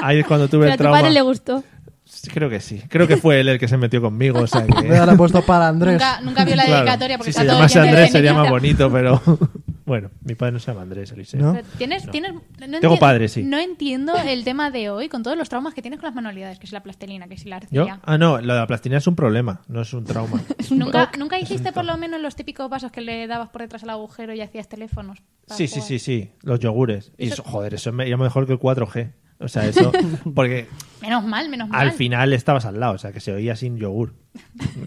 C: ahí es cuando tuve
D: Pero a
C: el
D: tu
C: trauma.
D: padre le gustó.
C: Sí, Creo que sí. Creo que fue él el que se metió conmigo. O sea que-
E: voy a darle puesto para Andrés.
F: Nunca, nunca vio la
C: Claro.
F: dedicatoria porque
C: si
F: está
C: se
F: todo
C: llamase
F: lleno de
C: Andrés sería más
F: cenizas.
C: bonito, pero bueno, mi padre no se llama Andrés, Eliseo.
E: ¿No?
F: Pero Tienes, tienes, no
C: Tengo
F: entiendo-
C: padre, sí.
F: No entiendo el tema de hoy con todos los traumas que tienes con las manualidades, que si la plastilina, que si la
C: ¿Yo?
F: arcilla.
C: Ah, no, lo de la plastilina es un problema, no es un trauma.
F: ¿Nunca, ¿Nunca hiciste por lo menos los típicos vasos que le dabas por detrás al agujero y hacías teléfonos? para
C: sí, sí,
F: jugar?
C: sí, sí, los yogures. Y eso, joder, eso me- era mejor que el 4G. O sea, eso, porque
F: Menos mal, menos mal.
C: al final estabas al lado, o sea, que se oía sin yogur.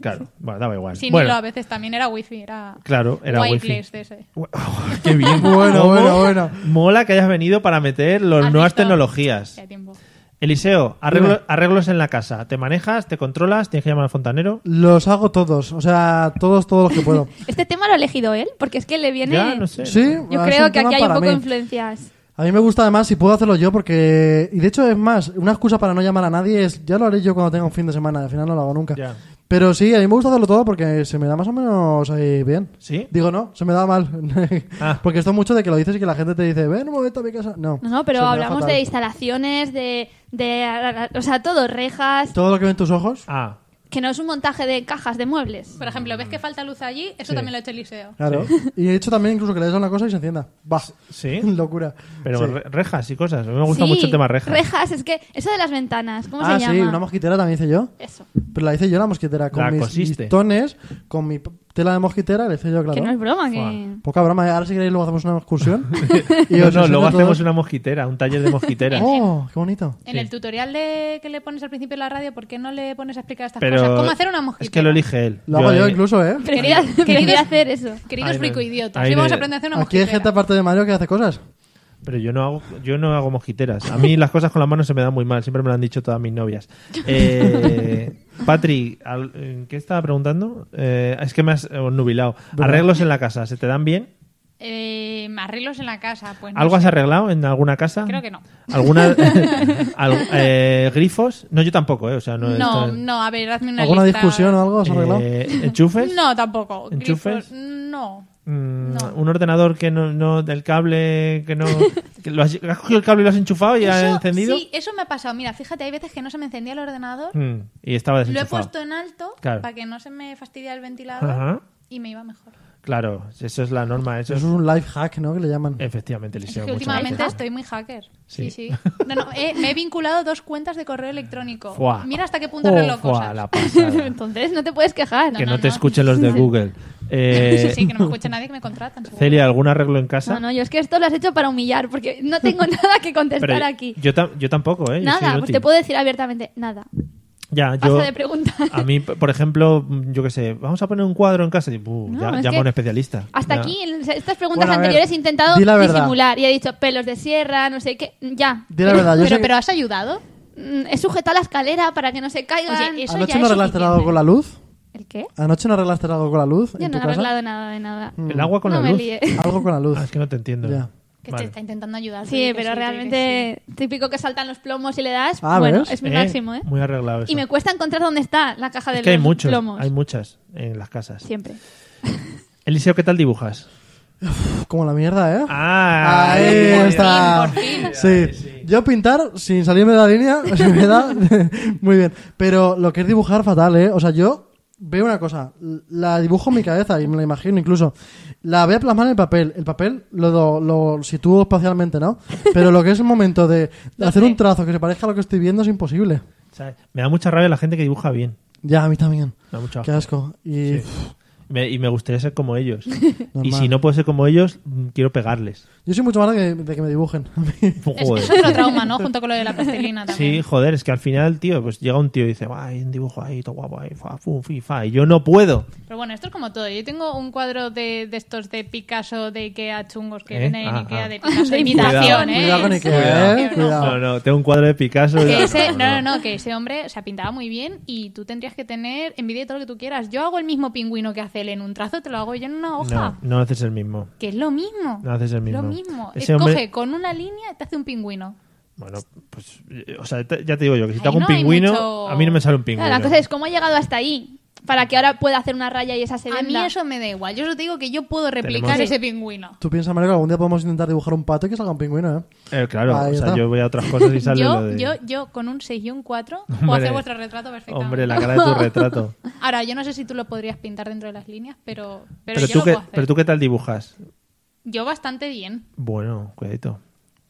C: Claro, bueno, daba igual.
F: Sí,
C: bueno,
F: Nilo a veces también era wifi, era.
C: claro, era wifi.
F: wireless de ese.
C: Qué bien.
E: Bueno,
C: ¿Cómo
E: bueno, bueno.
C: Mola que hayas venido para meter las
F: ¿Has
C: nuevas
F: visto?
C: tecnologías.
F: Hacía tiempo.
C: Eliseo, arreglo-
E: Dime.
C: arreglos en la casa. ¿Te manejas? ¿Te controlas? ¿Tienes que llamar al fontanero?
E: Los hago todos, o sea, todos, todos los que puedo.
D: Este tema lo ha elegido él, porque es que le viene.
C: Ya, no sé.
E: Sí,
D: Yo
E: es
D: creo
E: un
D: que
E: tema
D: aquí hay un
E: para
D: poco
E: mí.
D: de influencias.
E: A mí me gusta además si puedo hacerlo yo porque... Y de hecho es más, una excusa para no llamar a nadie es, ya lo haré yo cuando tenga un fin de semana, al final no lo hago nunca.
C: Ya.
E: Pero sí, a mí me gusta hacerlo todo porque se me da más o menos ahí bien.
C: ¿Sí?
E: Digo, no, se me da mal.
C: Ah.
E: Porque esto es mucho de que lo dices y que la gente te dice, ven un momento a mi casa. No,
D: No, no,
E: se
D: pero
E: me da
D: hablamos
E: fatal.
D: de instalaciones, de, de. O sea, todo, rejas.
E: Todo lo que ven tus ojos.
C: Ah,
D: Que no es un montaje de cajas, de muebles.
F: Por ejemplo, ¿ves que falta luz allí? Eso
C: Sí.
F: también lo ha hecho Eliseo.
E: Claro. Y he hecho también incluso que le des a una cosa y se encienda. Va.
C: sí.
E: Locura.
C: Pero
E: Sí.
C: re- rejas y cosas. A mí me gusta
D: Sí,
C: mucho el tema rejas.
D: Rejas, es que. Eso de las ventanas, ¿cómo
E: Ah,
D: se
E: sí,
D: llama?
E: una mosquitera también hice yo.
D: Eso.
E: Pero la hice yo la mosquitera con
C: La
E: mis
C: cosiste.
E: listones, con mi p- tela de mosquitera, le hice yo, claro.
F: Que no es broma, que...
C: Fua.
E: Poca broma, ¿eh? ahora si queréis luego hacemos una excursión. y
C: No,
E: os
C: no,
E: enseño
C: luego
E: a todos.
C: hacemos una mosquitera, un taller de mosquitera.
E: Oh, qué bonito.
D: En el tutorial de que le pones al principio de la radio, ¿por qué no le pones a explicar estas
C: Pero
D: cosas? ¿Cómo hacer una mosquitera?
C: Es que lo elige él.
E: Lo hago yo
C: eh,
E: incluso, ¿eh?
F: Pero quería, quería hacer eso.
D: Queridos
C: Ahí le-
D: fricoidiotas,
C: ahí
D: hoy vamos
C: le-
D: a aprender a hacer una
E: Aquí hay
D: mosquitera.
E: gente aparte de Mario que hace cosas.
C: Pero yo no hago, yo no hago mosquiteras. A mí las cosas con las manos se me dan muy mal. Siempre me lo han dicho todas mis novias. Eh, Patri, al- eh, ¿qué estaba preguntando? Eh, es que me has eh, nubilado. Arreglos en la casa, ¿se te dan bien?
D: Eh, arreglos en la casa, pues no
C: ¿Algo has
D: sé.
C: arreglado en alguna casa?
D: Creo que no.
C: ¿Alguna, al- eh, ¿Grifos? No, yo tampoco, ¿eh? O sea, no,
D: No,
C: esto-
D: no, a ver, hazme una
E: ¿Alguna
D: lista.
E: discusión o algo has arreglado?
C: Eh, ¿Enchufes?
D: No, tampoco.
C: ¿Enchufes?
D: Grifos, No.
C: Mm,
D: no.
C: Un ordenador que no, no del cable, que no... que lo has, has cogido el cable y lo has enchufado y has
D: Eso-
C: encendido?
D: Sí, eso me ha pasado. Mira, fíjate, hay veces que no se me encendía el ordenador.
C: Mm, y estaba
D: Lo he
C: desenchufado.
D: puesto en alto
C: Claro.
D: para que no se me fastidia el ventilador
C: Ajá.
D: y me iba mejor.
C: Claro, eso es la norma, eso
E: Eso
C: es
E: es un life hack, ¿no? Que le llaman.
C: efectivamente Eliseo.
D: Es que
C: muchas
D: últimamente
C: gracias.
D: estoy muy hacker.
C: Sí.
D: Sí, sí. No, no, eh, me he vinculado dos cuentas de correo electrónico.
C: Fuá.
D: Mira hasta qué punto
C: Oh,
D: arreglo
C: fuá,
D: cosas.
C: la pasada.
F: Entonces no te puedes quejar.
C: que no,
D: no,
C: te
D: no.
C: escuchen los de Google. Eh,
D: Sí, sí, que no me escuche nadie que me contratan. seguro.
C: Celia, ¿algún arreglo en casa?
F: No, no, yo es que esto lo has hecho para humillar, porque no tengo nada que contestar
C: Pero
F: aquí.
C: Yo, tam- yo tampoco, ¿eh? Yo soy
F: nada, pues
C: inútil.
F: te puedo decir abiertamente, nada.
C: Ya,
F: Pasa
C: yo.
F: de pregunta.
C: A mí, p- por ejemplo, mm, yo qué sé, vamos a poner un cuadro en casa y buh,
F: No,
C: ya,
F: es
C: llamo
F: que
C: a un especialista.
F: Hasta
C: Ya.
F: aquí, ¿eh? en estas preguntas
E: Bueno, a ver,
F: anteriores he intentado
E: di la verdad.
F: disimular y he dicho pelos de sierra, no sé qué, ya.
E: Di la verdad, yo sé
D: pero,
E: que-
D: pero ¿has ayudado?
F: Mm, He sujetado la escalera para que no se caigan.
D: Oye, eso
E: ¿Anoche
D: ya
E: no
D: es
E: arreglaste
D: suficiente.
E: algo con la luz?
F: ¿El qué?
E: ¿Anoche no arreglaste algo con la luz
F: Yo
E: en
F: no
E: tu
F: he
E: casa? Mm,
F: arreglado nada de nada.
C: El agua con
F: no
C: la
F: me
C: luz.
F: lié.
E: Algo con la luz.
C: Ah, es que no te entiendo.
E: Ya.
D: Que
C: Vale.
D: te está intentando ayudar. te
F: Sí,
D: dice te
F: pero
D: dice
F: realmente típico que saltan los plomos y le das.
E: Ah,
F: bueno,
E: ¿ves?
F: es mi
C: Eh,
F: máximo, ¿eh?
C: Muy arreglado eso.
F: Y me cuesta encontrar dónde está la caja de
C: es que hay
F: los
C: muchos,
F: plomos.
C: hay muchas en las casas.
F: Siempre.
C: Eliseo, ¿qué tal dibujas?
E: Uf, Como la mierda, ¿eh?
C: Ah,
E: Ahí está.
D: por fin.
E: Sí. Yo pintar sin salirme de la línea se me da muy bien. Pero lo que es dibujar, fatal, ¿eh? O sea, yo veo una cosa. La dibujo en mi cabeza y me la imagino incluso. La voy a plasmar en el papel. El papel lo, lo, lo sitúo espacialmente, ¿no? Pero lo que es el momento de hacer un trazo que se parezca a lo que estoy viendo es imposible.
C: O sea, me da mucha rabia la gente que dibuja bien.
E: Ya, a mí también.
C: Me da mucha
E: Qué asco. Y
C: Me- y me gustaría ser como ellos. y
E: Normal.
C: si no puedo ser como ellos, mm, quiero pegarles.
E: yo soy mucho más de, que- de que me dibujen. A mí-
C: Joder.
D: Es, es otro trauma, ¿no? Junto con lo de la plastilina también.
C: Sí, joder, es que al final, tío, pues llega un tío y dice, "Buah, hay un dibujo ahí, todo guapo ahí, fa, fu, fi, fa", y yo no puedo.
D: Pero bueno, esto es como todo. Yo tengo un cuadro de, de estos de Picasso, de Ikea chungos que
C: ¿Eh?
D: vienen en
C: Ah,
D: Ikea,
C: ah.
D: de Picasso
F: De
D: imitación,
F: cuidado.
D: ¿eh?
E: Cuidado con Ikea, ¿eh? Cuidado.
C: No, no, tengo un cuadro de Picasso. y-
D: Que ese- no, no, no, que ese hombre se pintaba muy bien y tú tendrías que tener envidia de todo lo que tú quieras. Yo hago el mismo pingüino que hace él en un trazo, te lo hago yo en una hoja.
C: No, no haces el mismo.
D: Que es lo mismo.
C: No haces el mismo.
D: Lo mismo.
C: Ese
D: Escoge
C: hombre-
D: con una línea y te hace un pingüino.
C: Bueno, pues, eh, o sea, te- ya te digo yo, que si te
D: Ahí
C: hago un
D: no hay
C: pingüino,
D: mucho-
C: a mí no me sale un pingüino.
F: Claro, la cosa es cómo he llegado hasta ahí para que ahora pueda hacer una raya y esa se
D: A mí
F: venda.
D: eso me da igual. Yo solo te digo que yo puedo replicar
C: Tenemos-
D: ese pingüino.
E: Tú piensas, Mario, que algún día podemos intentar dibujar un pato y que salga un pingüino, ¿eh?
C: Eh, claro,
E: Ahí
C: o sea,
E: está.
C: yo voy a otras cosas y sale
D: Yo,
C: lo de...
D: yo, yo con un 6 y un 4 puedo
C: Hombre,
D: hacer vuestro retrato perfectamente.
C: Hombre, la cara de tu retrato.
D: Ahora, yo no sé si tú lo podrías pintar dentro de las líneas, pero,
C: Pero,
D: pero, yo
C: tú
D: lo
C: qué,
D: puedo hacer.
C: pero tú qué tal dibujas.
D: Yo bastante bien.
C: Bueno, cuidadito.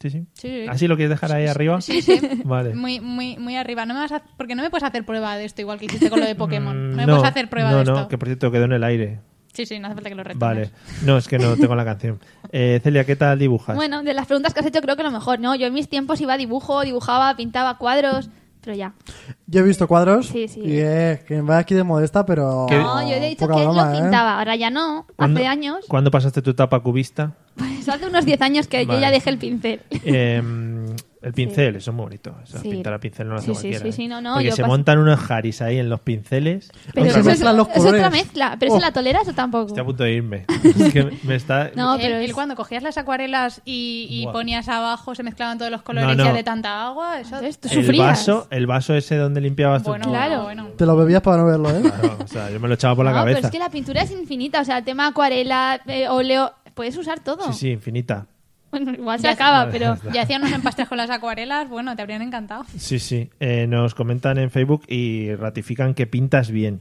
C: Sí, sí.
D: Sí.
C: ¿Así lo quieres dejar ahí arriba?
D: Sí, sí.
C: Vale.
D: Muy, muy, muy arriba. No me vas a- Porque no me puedes hacer prueba de esto, igual que hiciste con lo de Pokémon. No me puedes hacer prueba
C: Mm, no,
D: de
C: no,
D: esto.
C: que por cierto quedó en el aire.
D: Sí, sí, no hace falta que lo retomes.
C: Vale. No, es que no tengo la canción. Eh, Celia, ¿qué tal dibujas?
F: Bueno, de las preguntas que has hecho creo que lo mejor, ¿no? Yo en mis tiempos iba a dibujo, dibujaba, pintaba cuadros, pero ya.
E: Yo he visto cuadros.
F: Sí, sí.
E: Y eh, que me va aquí de modesta, pero.
F: No, yo he
C: Oh,
F: dicho
E: poca
F: que él
E: broma,
F: lo
E: ¿eh?
F: pintaba, ahora ya no,
C: ¿Cuándo-
F: hace años.
C: ¿Cuándo pasaste tu etapa cubista?
F: Pues hace unos 10 años que
C: Vale.
F: yo ya dejé el pincel.
C: Eh, el pincel, eso es muy bonito. Eso,
F: Sí.
C: Pintar a pincel no lo hace
F: Sí, sí,
C: cualquiera.
F: sí,
C: ¿eh?
F: sí, no, no,
C: Porque
F: yo
C: se
F: paso-
C: montan unos jaris ahí en los pinceles.
F: Pero
E: Aunque
F: eso es,
E: mezclan los
F: es otra
E: colores.
F: mezcla, pero
E: Oh.
F: ¿eso la toleras o tampoco?
C: Estoy a punto de irme. Es que me está...
F: No,
D: Él-
F: pero
D: él
F: es-
D: cuando cogías las acuarelas y, y
C: Buah.
D: ponías abajo, se mezclaban todos los colores
C: No, no.
D: ya de tanta agua, eso...
F: Entonces tú
C: el
F: sufrías.
C: vaso, el vaso ese donde limpiabas tu-
D: Bueno,
F: Claro.
D: bueno.
E: Te lo bebías para no verlo, ¿eh?
C: Claro, o sea, yo me lo echaba por la
F: no,
C: cabeza.
F: pero es que la pintura es infinita, o sea, tema acuarela, eh, óleo, puedes usar todo.
C: Sí, sí, infinita.
F: Bueno, igual se
D: Ya-
F: acaba, Ah, pero
D: Y hacían unos empastres con las acuarelas, bueno, te habrían encantado.
C: Sí, sí. Eh, nos comentan en Facebook y ratifican que pintas bien.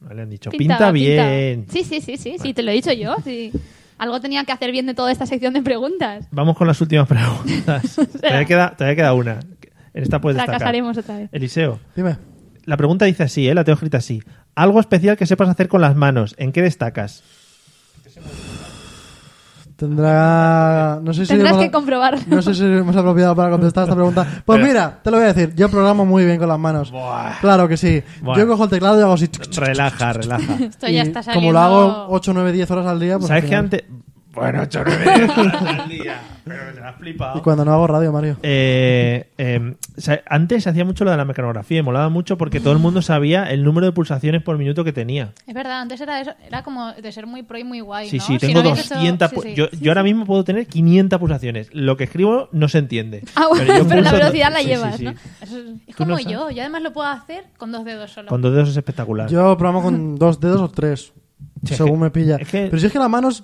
C: ¿Vale? Han dicho, pinta
F: Pintaba, pintaba.
C: bien.
F: Sí, sí, sí, sí, sí, te lo he dicho yo. sí. Algo tenía que hacer bien de toda esta sección de preguntas.
C: Vamos con las últimas preguntas. todavía, queda, todavía queda una. En esta puedes destacar. Eh,
F: Fracasaremos otra vez.
C: Eliseo,
E: Dime.
C: la pregunta dice así, ¿eh? la tengo escrita así. Algo especial que sepas hacer con las manos. ¿En qué destacas?
E: Tendrá. No sé si
F: Tendrás
E: hemos-
F: que comprobarlo.
E: No sé si hemos apropiado para contestar esta pregunta. Pues mira, te lo voy a decir. Yo programo muy bien con las manos. Claro que sí.
C: Buah.
E: Yo cojo el teclado y hago así.
C: Relaja, relaja.
D: Esto ya
E: Y
D: está
E: Como
D: saliendo.
E: lo hago 8, 9, 10 horas al día. Pues
C: ¿Sabes
E: al
C: qué
E: final-
C: antes? Bueno, ocho nueve horas al día. Pero me la has flipado.
E: Y cuando no hago radio, Mario.
C: Eh, eh, o sea, antes se hacía mucho lo de la mecanografía y molaba mucho porque todo el mundo sabía el número de pulsaciones por minuto que tenía.
D: Es verdad, antes era eso, era como de ser muy pro y muy guay.
C: Sí,
D: ¿no?
C: sí,
D: Si
C: tengo
D: no habías hecho-
C: 200.
D: sí,
C: pu-
D: sí.
C: Yo, yo ahora mismo puedo tener 500 pulsaciones. Lo que escribo no se entiende.
F: Ah, bueno,
C: yo
F: pero la
C: pulso-
F: velocidad la
C: sí, sí,
F: llevas,
C: sí.
F: ¿no?
D: Eso es- es
C: Tú no
D: como
C: sabes.
D: yo, yo además lo puedo hacer con dos dedos solo.
C: Con dos dedos es espectacular.
E: Yo programo con dos dedos o tres.
C: Sí, es
E: según
C: que-
E: me pilla.
C: es que-
E: Pero si es que las manos.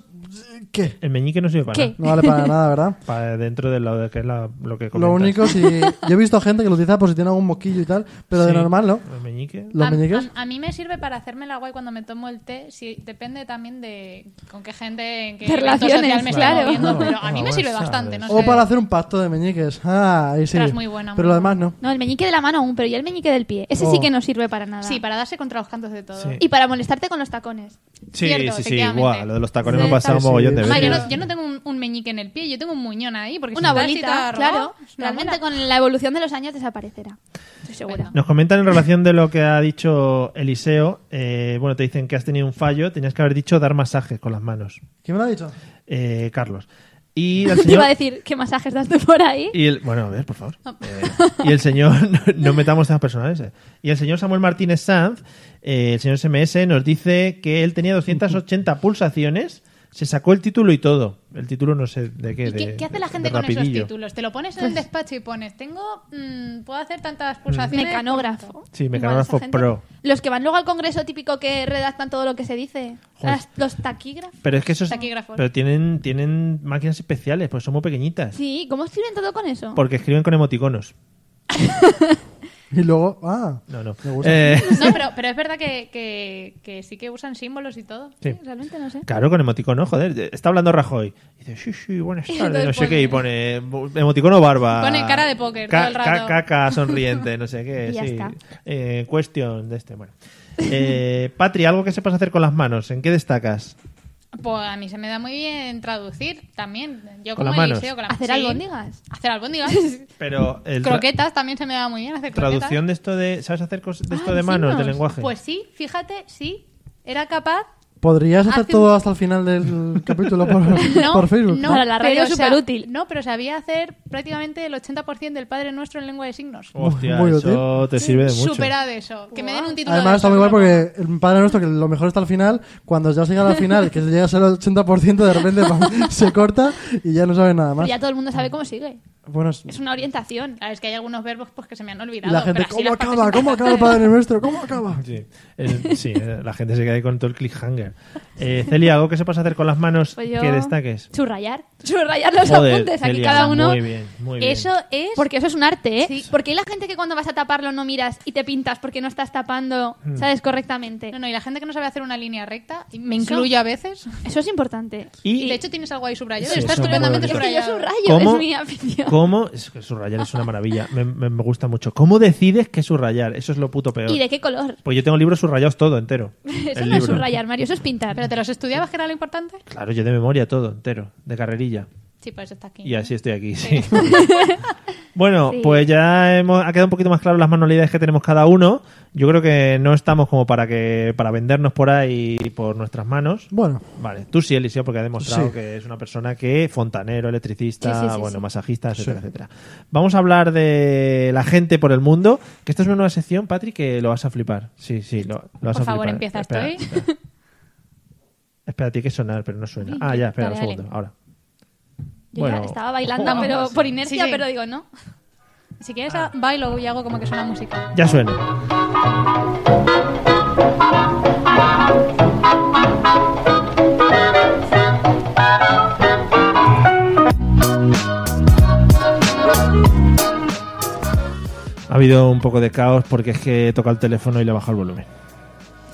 E: ¿Qué?
C: El meñique no sirve para
F: ¿Qué?
C: nada.
E: No vale para nada, ¿verdad?
C: Para dentro de lo de que es la- lo que
E: Lo
C: comentas.
E: único, si. Yo he visto gente que lo utiliza por si tiene algún moquillo y tal, pero de
C: Sí.
E: normal, ¿no?
C: El meñique.
E: Los
D: a,
E: meñiques.
D: a- a mí me sirve para hacerme la guay cuando me tomo el té, si, depende también de con qué gente, en qué
F: De
D: evento
F: relaciones,
D: social me estoy
F: claro.
D: moviendo,
C: Ah, No,
D: pero a
C: no,
D: mí
C: Oh,
D: me sirve
C: sabes.
D: bastante, no
E: O
D: sé.
E: para hacer un pacto de meñiques. Ah, ahí sí.
D: Pero es muy buena, muy
E: Pero lo demás no.
F: No, el meñique de la mano aún, pero ya el meñique del pie. Ese sí
E: Oh.
F: que no sirve para nada.
D: Sí, para darse contra los cantos de todo.
C: Sí.
F: Y para molestarte con los tacones.
C: Sí,
D: Cierto,
C: sí, sí.
D: efectivamente.
C: Guau, lo de los tacones me ha
F: Sí,
C: pasado un
E: sí,
C: mogollón
E: sí.
C: de
D: Además, yo,
C: veces.
D: no, yo no tengo un, un meñique en el pie, yo tengo un muñón ahí. Porque
F: Una
D: si estás
F: bolita,
D: así, te
F: claro.
D: arroba, es una bola.
F: Realmente con la evolución de los años desaparecerá. Estoy segura.
C: Nos comentan en relación de lo que ha dicho Eliseo. eh, bueno, te dicen que has tenido un fallo. Tenías que haber dicho dar masajes con las manos,
E: ¿Quién me lo ha dicho?
C: eh, Carlos. Y el
F: Te iba
C: señor.
F: a decir, ¿qué masajes das tú por ahí?
C: y el- bueno, a ver, por favor. Eh, y el señor. No, no metamos temas personales. eh. Y el señor Samuel Martínez Sanz, eh, el señor SMS, nos dice que él tenía 280 pulsaciones. Se sacó el título y todo. El título no sé de qué.
D: ¿Y qué,
C: de-
D: qué hace la
C: de
D: gente con esos
C: rapidillo.
D: títulos? Te lo pones en el despacho y pones, tengo, mm, puedo hacer tantas pulsaciones.
F: Mecanógrafo.
C: Sí,
F: Igual
C: mecanógrafo
F: esa gente-
C: pro.
F: Los que van luego al congreso típico que redactan todo lo que se dice.
C: Joder.
F: Las- los taquígrafos.
C: Pero es que esos.
D: Taquígrafos.
C: Pero tienen, tienen máquinas especiales, pues son muy pequeñitas.
F: Sí, ¿cómo escriben todo con eso?
C: Porque escriben con emoticonos.
E: Y luego. Ah.
C: No, no.
E: Me gusta.
C: Eh,
D: No, pero, pero es verdad que, que, que sí que usan símbolos y todo.
C: sí.
F: Realmente no sé.
C: Claro, con emoticono, joder. Está hablando Rajoy. Dice, sí, sí, buenas tardes, no sé qué. Y pone emoticono barba.
D: Pone cara de póker
C: Ca-
D: todo el rato.
C: ca- caca sonriente, no sé qué.
F: Y ya
C: sí.
F: está.
C: Eh, cuestión de este, bueno. Eh, Patri, algo que sepas hacer con las manos. ¿En qué destacas?
D: Pues a mí se me da muy bien traducir también. Yo
C: Con
D: como
C: las manos.
D: Eliseo, con la-
F: ¿Hacer
D: sí.
F: albóndigas?
D: Hacer albóndigas.
C: Pero el tra-
D: croquetas también se me da muy bien hacer croquetas.
C: traducción de esto de... ¿Sabes hacer cos- de esto
F: Ah,
C: de manos, de
F: signos.
C: lenguaje?
D: Pues sí, fíjate, sí. Era capaz.
E: ¿Podrías hacer
D: Hace
E: todo
D: un-
E: hasta el final del capítulo por,
D: No,
E: por Facebook?
D: no,
F: Para la radio
D: pero
F: es
D: sa-
F: superútil.
D: No, pero sabía hacer prácticamente el 80% del Padre Nuestro en lengua de signos.
C: Hostia,
E: Muy
C: eso te sirve de mucho.
D: Superad eso. Que me den un título
E: Además,
D: de
E: está
D: eso,
E: muy guay
D: por favor.
E: porque el padre nuestro, que lo mejor está al final, cuando ya llega al final, que llega a ser el 80%, de repente pam, se corta y ya no sabes nada
F: Pero
E: más.
F: ya todo el mundo sabe cómo sigue.
E: Bueno, es-
F: Es una orientación.
D: Claro, es que hay algunos verbos pues, que se me han
E: y
D: olvidado.
E: la gente,
D: pero así
E: ¿cómo
D: las partes
E: acaba? ¿Cómo acaba el padre nuestro? ¿Cómo acaba?
C: Sí, El- sí, eh, la gente se queda ahí con todo el cliffhanger. Eh, Celia, ¿algo que sepas hacer con las manos
F: Pues yo-
C: que destaques?
F: Subrayar. Subrayar los
C: Joder,
F: apuntes. Aquí
C: Celia,
F: cada uno.
C: Muy bien, muy bien.
D: Eso es.
F: Porque eso es un arte, ¿eh?
D: Sí.
F: Porque hay la gente que cuando vas a taparlo no miras y te pintas porque no estás tapando,
C: Mm.
F: ¿sabes? Correctamente.
D: No, no, y la gente que no sabe hacer una línea recta, y me incluyo a veces.
F: Eso es importante.
C: Y
D: De hecho, tienes algo ahí subrayado.
C: Sí,
D: está
C: eso es muy
D: estupendamente
C: bonito.
F: Es que yo
D: subrayado.
F: subrayo,
C: ¿Cómo?
F: es mi afición.
C: ¿Cómo? Es que subrayar es una maravilla. Me, me- me gusta mucho. ¿Cómo decides qué subrayar? Eso es lo puto peor.
F: ¿Y de qué color?
C: Pues yo tengo libros subrayados todo, entero.
F: Eso
C: El
F: no es
C: libro.
F: subrayar, Mario, eso es pintar.
D: ¿Pero te los estudiabas, que era lo importante?
C: Claro, yo de memoria todo, entero. De carrerilla.
D: Sí, pues está aquí.
C: Y así estoy aquí, sí. bueno,
F: Sí.
C: pues ya hemos, ha quedado un poquito más claro las manualidades que tenemos cada uno. Yo creo que no estamos como para que para vendernos por ahí por nuestras manos.
E: Bueno,
C: Vale, tú sí, Eliseo, porque ha demostrado
E: Sí.
C: que es una persona que fontanero, electricista,
F: Sí, sí, sí,
C: bueno,
F: sí.
C: masajista, etcétera, etcétera. Vamos a hablar de la gente por el mundo, que esta es una nueva sección, Patrick, que lo vas a flipar. Sí, sí, lo, lo vas
D: Por
C: a flipar.
D: favor, empieza,
C: Espera,
F: ¿eh?
D: estoy.
C: espera. Espera, tiene que sonar, pero no suena. Ah, ya, espera
D: Dale,
C: un
D: dale.
C: segundo, ahora.
F: Yo
C: Bueno.
F: ya estaba bailando,
D: Ojo,
F: pero
D: vamos.
F: por inercia,
D: Sí, sí.
F: pero digo, no.
D: Si quieres,
C: Ah.
D: a- bailo y hago como que suena música.
C: Ya suena. Ha habido un poco de caos porque es que toca el teléfono y le baja el volumen.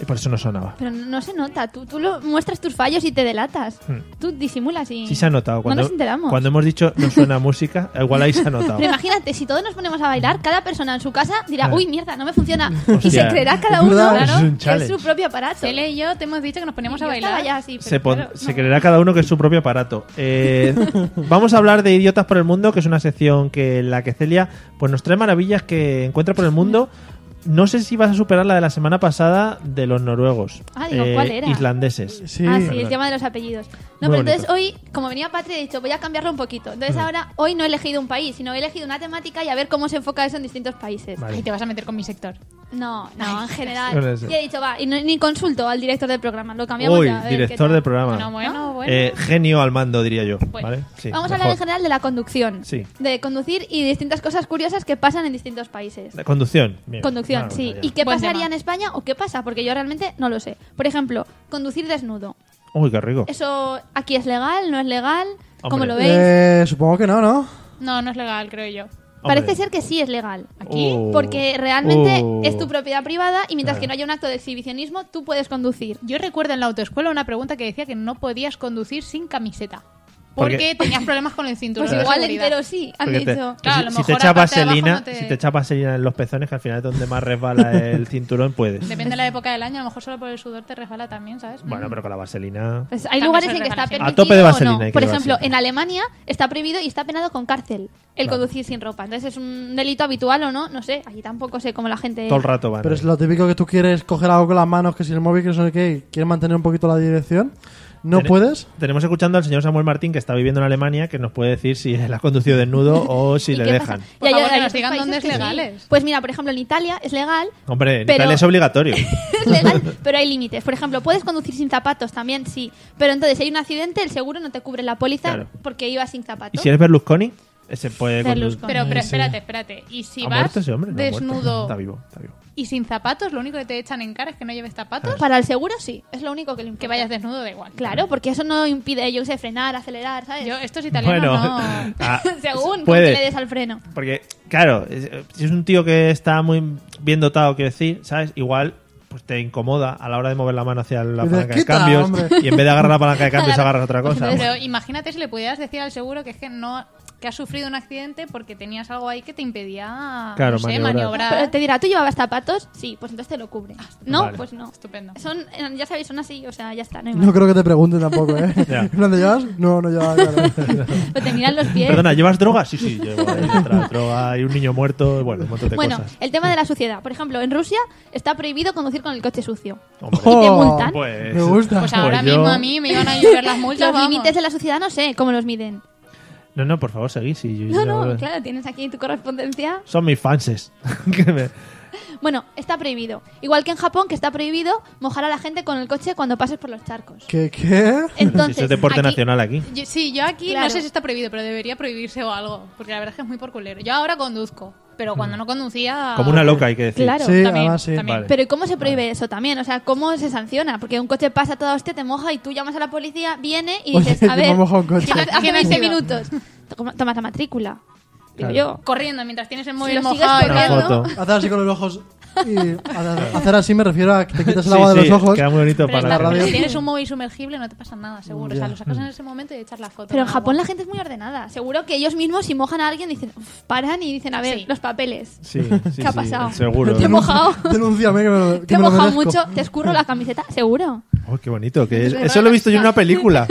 C: Y por eso no sonaba.
F: Pero no se nota. Tú, tú lo- muestras tus fallos y te delatas. Tú disimulas y.
C: Hmm. Sí se ha notado. Cuando,
F: no nos enteramos.
C: cuando hemos dicho no suena música, igual ahí se ha notado.
F: Pero imagínate, si todos nos ponemos a bailar, cada persona en su casa dirá,
C: Hmm. Claro.
F: uy, mierda, no me funciona. Y
C: Hostia.
F: se creerá cada
E: Es
F: uno
E: verdad,
C: es un
F: claro, que es
C: challenge.
F: su propio aparato.
D: Cele y yo te hemos dicho que nos poníamos a
F: Yo estaba
D: bailar.
F: ya así, pero
C: se, pon-
F: claro,
C: se
F: no.
C: creerá cada uno que es su propio aparato. Eh, vamos a hablar de Idiotas por el Mundo, que es una sección que en la que Celia pues, nos trae maravillas que encuentra por el mundo. No sé si vas a superar la de la semana pasada de los noruegos. eh,
F: Ah, digo, ¿cuál era?
C: Islandeses.
E: Sí.
F: ah, sí, el
C: Perdón.
F: tema de los apellidos. No,
C: Muy
F: pero entonces
C: bonito. Hmm.
F: hoy, como venía Patria, he dicho, voy a cambiarlo un poquito. Entonces ahora, hoy no he elegido un país, sino he elegido una temática y a ver cómo se enfoca eso en distintos países.
C: Vale.
D: Y te vas a meter con mi sector.
F: No, no, en
C: No lo
F: general.
C: sé.
F: Y he dicho, va, y no- ni consulto al director del programa, lo cambiamos
C: Uy,
F: ya. a ver qué
C: director
F: tal.
C: de programa.
D: Bueno, bueno, bueno.
C: Eh, genio al mando, diría yo.
D: Bueno.
C: ¿vale? Sí,
F: Vamos a hablar en
C: mejor.
F: general de la conducción.
C: Sí.
F: De conducir y distintas cosas curiosas que pasan en distintos países.
C: La Conducción. Bien.
F: Conducción,
C: Claro,
F: sí.
C: ya.
F: ¿Y qué
D: Buen
F: pasaría
D: tema.
F: en España o qué pasa? Porque yo realmente no lo sé. Por ejemplo, conducir desnudo.
C: Uy, qué rico.
F: ¿Eso aquí es legal? ¿No es legal? ¿Cómo
C: Hombre.
F: lo veis?
E: Eh, supongo que no, ¿no?
D: No, no es legal, creo yo.
C: Hombre.
F: Parece ser que sí es legal.
C: ¿Aquí? Oh.
F: Porque realmente
C: Oh.
F: es tu propiedad privada y mientras
C: Claro.
F: que no haya un acto de exhibicionismo, tú puedes conducir.
D: Yo recuerdo en la autoescuela una pregunta que decía que no podías conducir sin camiseta.
C: ¿Por
D: Porque
C: qué?
D: tenías problemas con el cinturón.
F: Pues
D: de
F: igual
D: seguridad.
F: entero sí, han
C: Porque te-
F: dicho.
D: Claro, a
C: si,
D: lo
C: si te
D: mejor
C: echa
D: la parte de abajo
C: vaselina,
D: no te-
C: si te echa vaselina en los pezones, que al final es donde más resbala el cinturón, puedes.
D: Depende de la época del año, a lo mejor solo por el sudor te resbala también, ¿sabes?
C: Bueno, pero con la vaselina.
F: Pues hay
D: También
F: lugares
D: se
F: en que está
D: regala siempre.
F: permitido
C: A tope de vaselina
F: o no.
C: hay que
F: Por
C: llevar
F: ejemplo,
C: siempre.
F: en Alemania está prohibido y está penado con cárcel el
C: Claro.
F: conducir sin ropa. Entonces es un delito habitual o no, no sé. Allí tampoco sé cómo la gente...
C: Todo el rato van.
E: Pero es lo típico que tú quieres coger algo con las manos, que si el móvil, que no sé qué, y quieres mantener un poquito la dirección. ¿No
C: Tene-
E: puedes?
C: Tenemos escuchando al señor Samuel Martín, que está viviendo en Alemania, que nos puede decir si él ha conducido desnudo o si
F: ¿Y
C: le
F: qué
C: dejan.
F: pasa?
D: Por
F: Y hay-
D: favor, que
F: hay
D: nos
F: otros
D: digan
F: países
D: dónde es ¿eh?
F: que sí.
D: legales.
F: Pues mira, por ejemplo, en Italia es legal,
C: Hombre, en
F: Pero-
C: Italia es obligatorio.
F: es legal, pero hay límites. Por ejemplo, puedes conducir sin zapatos también, sí. Pero entonces, si hay un accidente, el seguro no te cubre la póliza
C: Claro.
F: porque ibas sin
C: ¿Y
F: zapatos.
C: si eres Berlusconi? Se puede condu-
F: Berlusconi.
D: Pero, pero
C: Sí.
D: espérate, espérate. Y si
C: ¿Ha
D: vas
C: muerto ese hombre? No, ha muerto.
D: desnudo
C: Está vivo, está vivo.
D: y sin zapatos, lo único que te echan en cara es que no lleves zapatos.
F: Para el seguro, sí. Es lo único que le importa.
D: Que vayas desnudo, da igual.
F: Claro, porque eso no impide, yo qué sé, frenar, acelerar, ¿sabes?
D: Yo, estos italianos
C: Bueno,
D: no.
C: ah,
F: Según con
C: puede.
F: que le des al freno.
C: Porque, claro, es- eh, si es un tío que está muy bien dotado, quiero decir, ¿sabes? Igual pues te incomoda a la hora de mover la mano hacia la
E: Dices,
C: palanca de
E: "Quita,
C: cambios
E: hombre".
C: y en vez de agarrar la palanca de cambios agarras otra cosa.
D: Pero imagínate si le pudieras decir al seguro que es que no que has sufrido un accidente porque tenías algo ahí que te impedía
C: Claro,
D: no sé,
C: maniobrar.
D: maniobrar.
F: Pero te dirá, ¿tú llevabas zapatos? Sí, pues entonces te lo cubre.
D: Ah,
F: No,
C: Vale.
F: pues no.
D: Estupendo.
F: Son, eh, ya sabéis, son así, o sea, ya está. No hay
E: No
F: más.
E: creo que te pregunten tampoco, ¿eh?
C: Ya.
E: ¿En plan de llevas? No, no llevas. claro.
F: Pero te miran los pies.
C: Perdona, ¿llevas droga? Sí, sí, llevo ahí detrás droga y un niño muerto, bueno, un montón de
F: bueno, eh,
C: cosas.
F: el tema de la suciedad. Por ejemplo, en Rusia está prohibido conducir con el coche sucio.
C: Hombre,
F: te multan?
C: pues-
E: Me gusta.
D: Pues ahora
C: Pues yo-
D: mismo a mí me iban a llover las multas.
F: Los
D: vamos.
F: límites de la suciedad no sé cómo los miden.
C: No, no, por favor, seguí. sí, yo-
F: No,
C: yo-
F: no, claro, tienes aquí tu correspondencia.
C: Son mis fanses. Que me-
F: Bueno, está prohibido. Igual que en Japón, que está prohibido mojar a la gente con el coche cuando pases por los charcos.
E: ¿Qué? ¿Qué?
F: Entonces,
C: Si es deporte
F: aquí-
C: nacional aquí.
D: Yo- sí, yo aquí
F: Claro.
D: no sé si está prohibido, pero debería prohibirse o algo. Porque la verdad es que es muy por culero. Yo ahora conduzco, pero cuando no conducía.
C: Mm. Como una loca, hay que decir.
F: Claro.
E: Sí,
D: También,
E: además sí.
D: también.
C: Vale.
F: Pero ¿y cómo se prohíbe eso también? O sea, ¿cómo se sanciona? Porque un coche pasa toda hostia, te moja y tú llamas a la policía, viene y
C: Pues
E: Oye,
F: dices, a
E: que
F: ver,
E: me ha mojado un coche.
F: hace- hace
D: ¿Quién ha
F: 20
D: sido?
F: minutos. Toma- Tomas la matrícula. Digo
C: Claro.
F: yo.
D: Corriendo mientras tienes el móvil
F: lo sigues
D: mojado. y
C: Una
F: corriendo-
D: tal.
C: foto.
E: Hacer así con los ojos. Y hacer hacer así me refiero a que te quitas el agua
C: Sí,
E: de
C: sí,
E: los ojos.
C: Queda muy bonito
D: Pero
C: para
D: está-
E: la radio.
D: si tienes un móvil sumergible no te pasa nada, seguro. O sea, lo sacas
C: Mm.
D: en ese momento y echas la foto.
F: Pero en
D: al
F: Japón
D: agua.
F: la gente es muy ordenada. Seguro que ellos mismos, si mojan a alguien, dicen, "Uf", paran y dicen, a ver,
D: Sí.
F: los papeles.
C: Sí, sí,
F: ¿Qué ha
C: sí,
F: pasado?
C: Seguro.
F: Te he mojado.
E: Denúnciame que me lo que
F: Te he
E: me lo
F: mojado
E: merezco.
F: mucho, te escurro la camiseta, seguro.
C: Oh, qué bonito que es. Eso lo he visto yo en una película.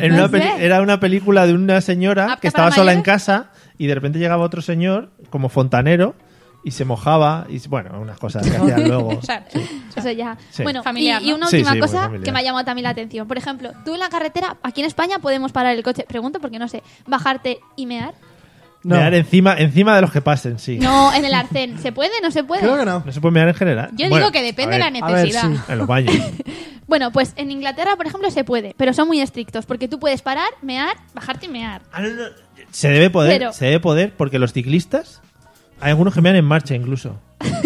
C: En una
F: No sé.
C: peli- era una película de una señora
D: ¿Apta
C: que estaba
D: para
C: sola en
D: mayores?
C: casa y de repente llegaba otro señor como fontanero y se mojaba y bueno, unas cosas que hacían luego.
D: O sea,
F: Eso ya.
C: Sí.
F: Bueno,
D: Familiar,
F: y,
D: ¿no?
F: y una
C: Sí,
F: última
C: sí, muy
F: cosa
C: familiar.
F: que me ha llamado también la atención. Por ejemplo, tú en la carretera, aquí en España podemos parar el coche, pregunto porque no sé, bajarte y mear.
E: No.
C: Mear encima, encima de los que pasen, sí.
F: No, en el arcén. ¿Se puede? ¿No se puede?
E: Creo que no.
C: No se puede mear en general.
D: Yo
C: Bueno,
D: digo que depende
C: a
D: de la
C: ver,
E: a ver,
D: necesidad.
E: sí.
C: En los baños.
F: Bueno, pues en Inglaterra, por ejemplo, se puede, pero son muy estrictos porque tú puedes parar, mear, bajarte y mear.
C: Ah, no, no, Se debe poder,
F: Pero-
C: se debe poder porque los ciclistas, hay algunos que mean en marcha incluso.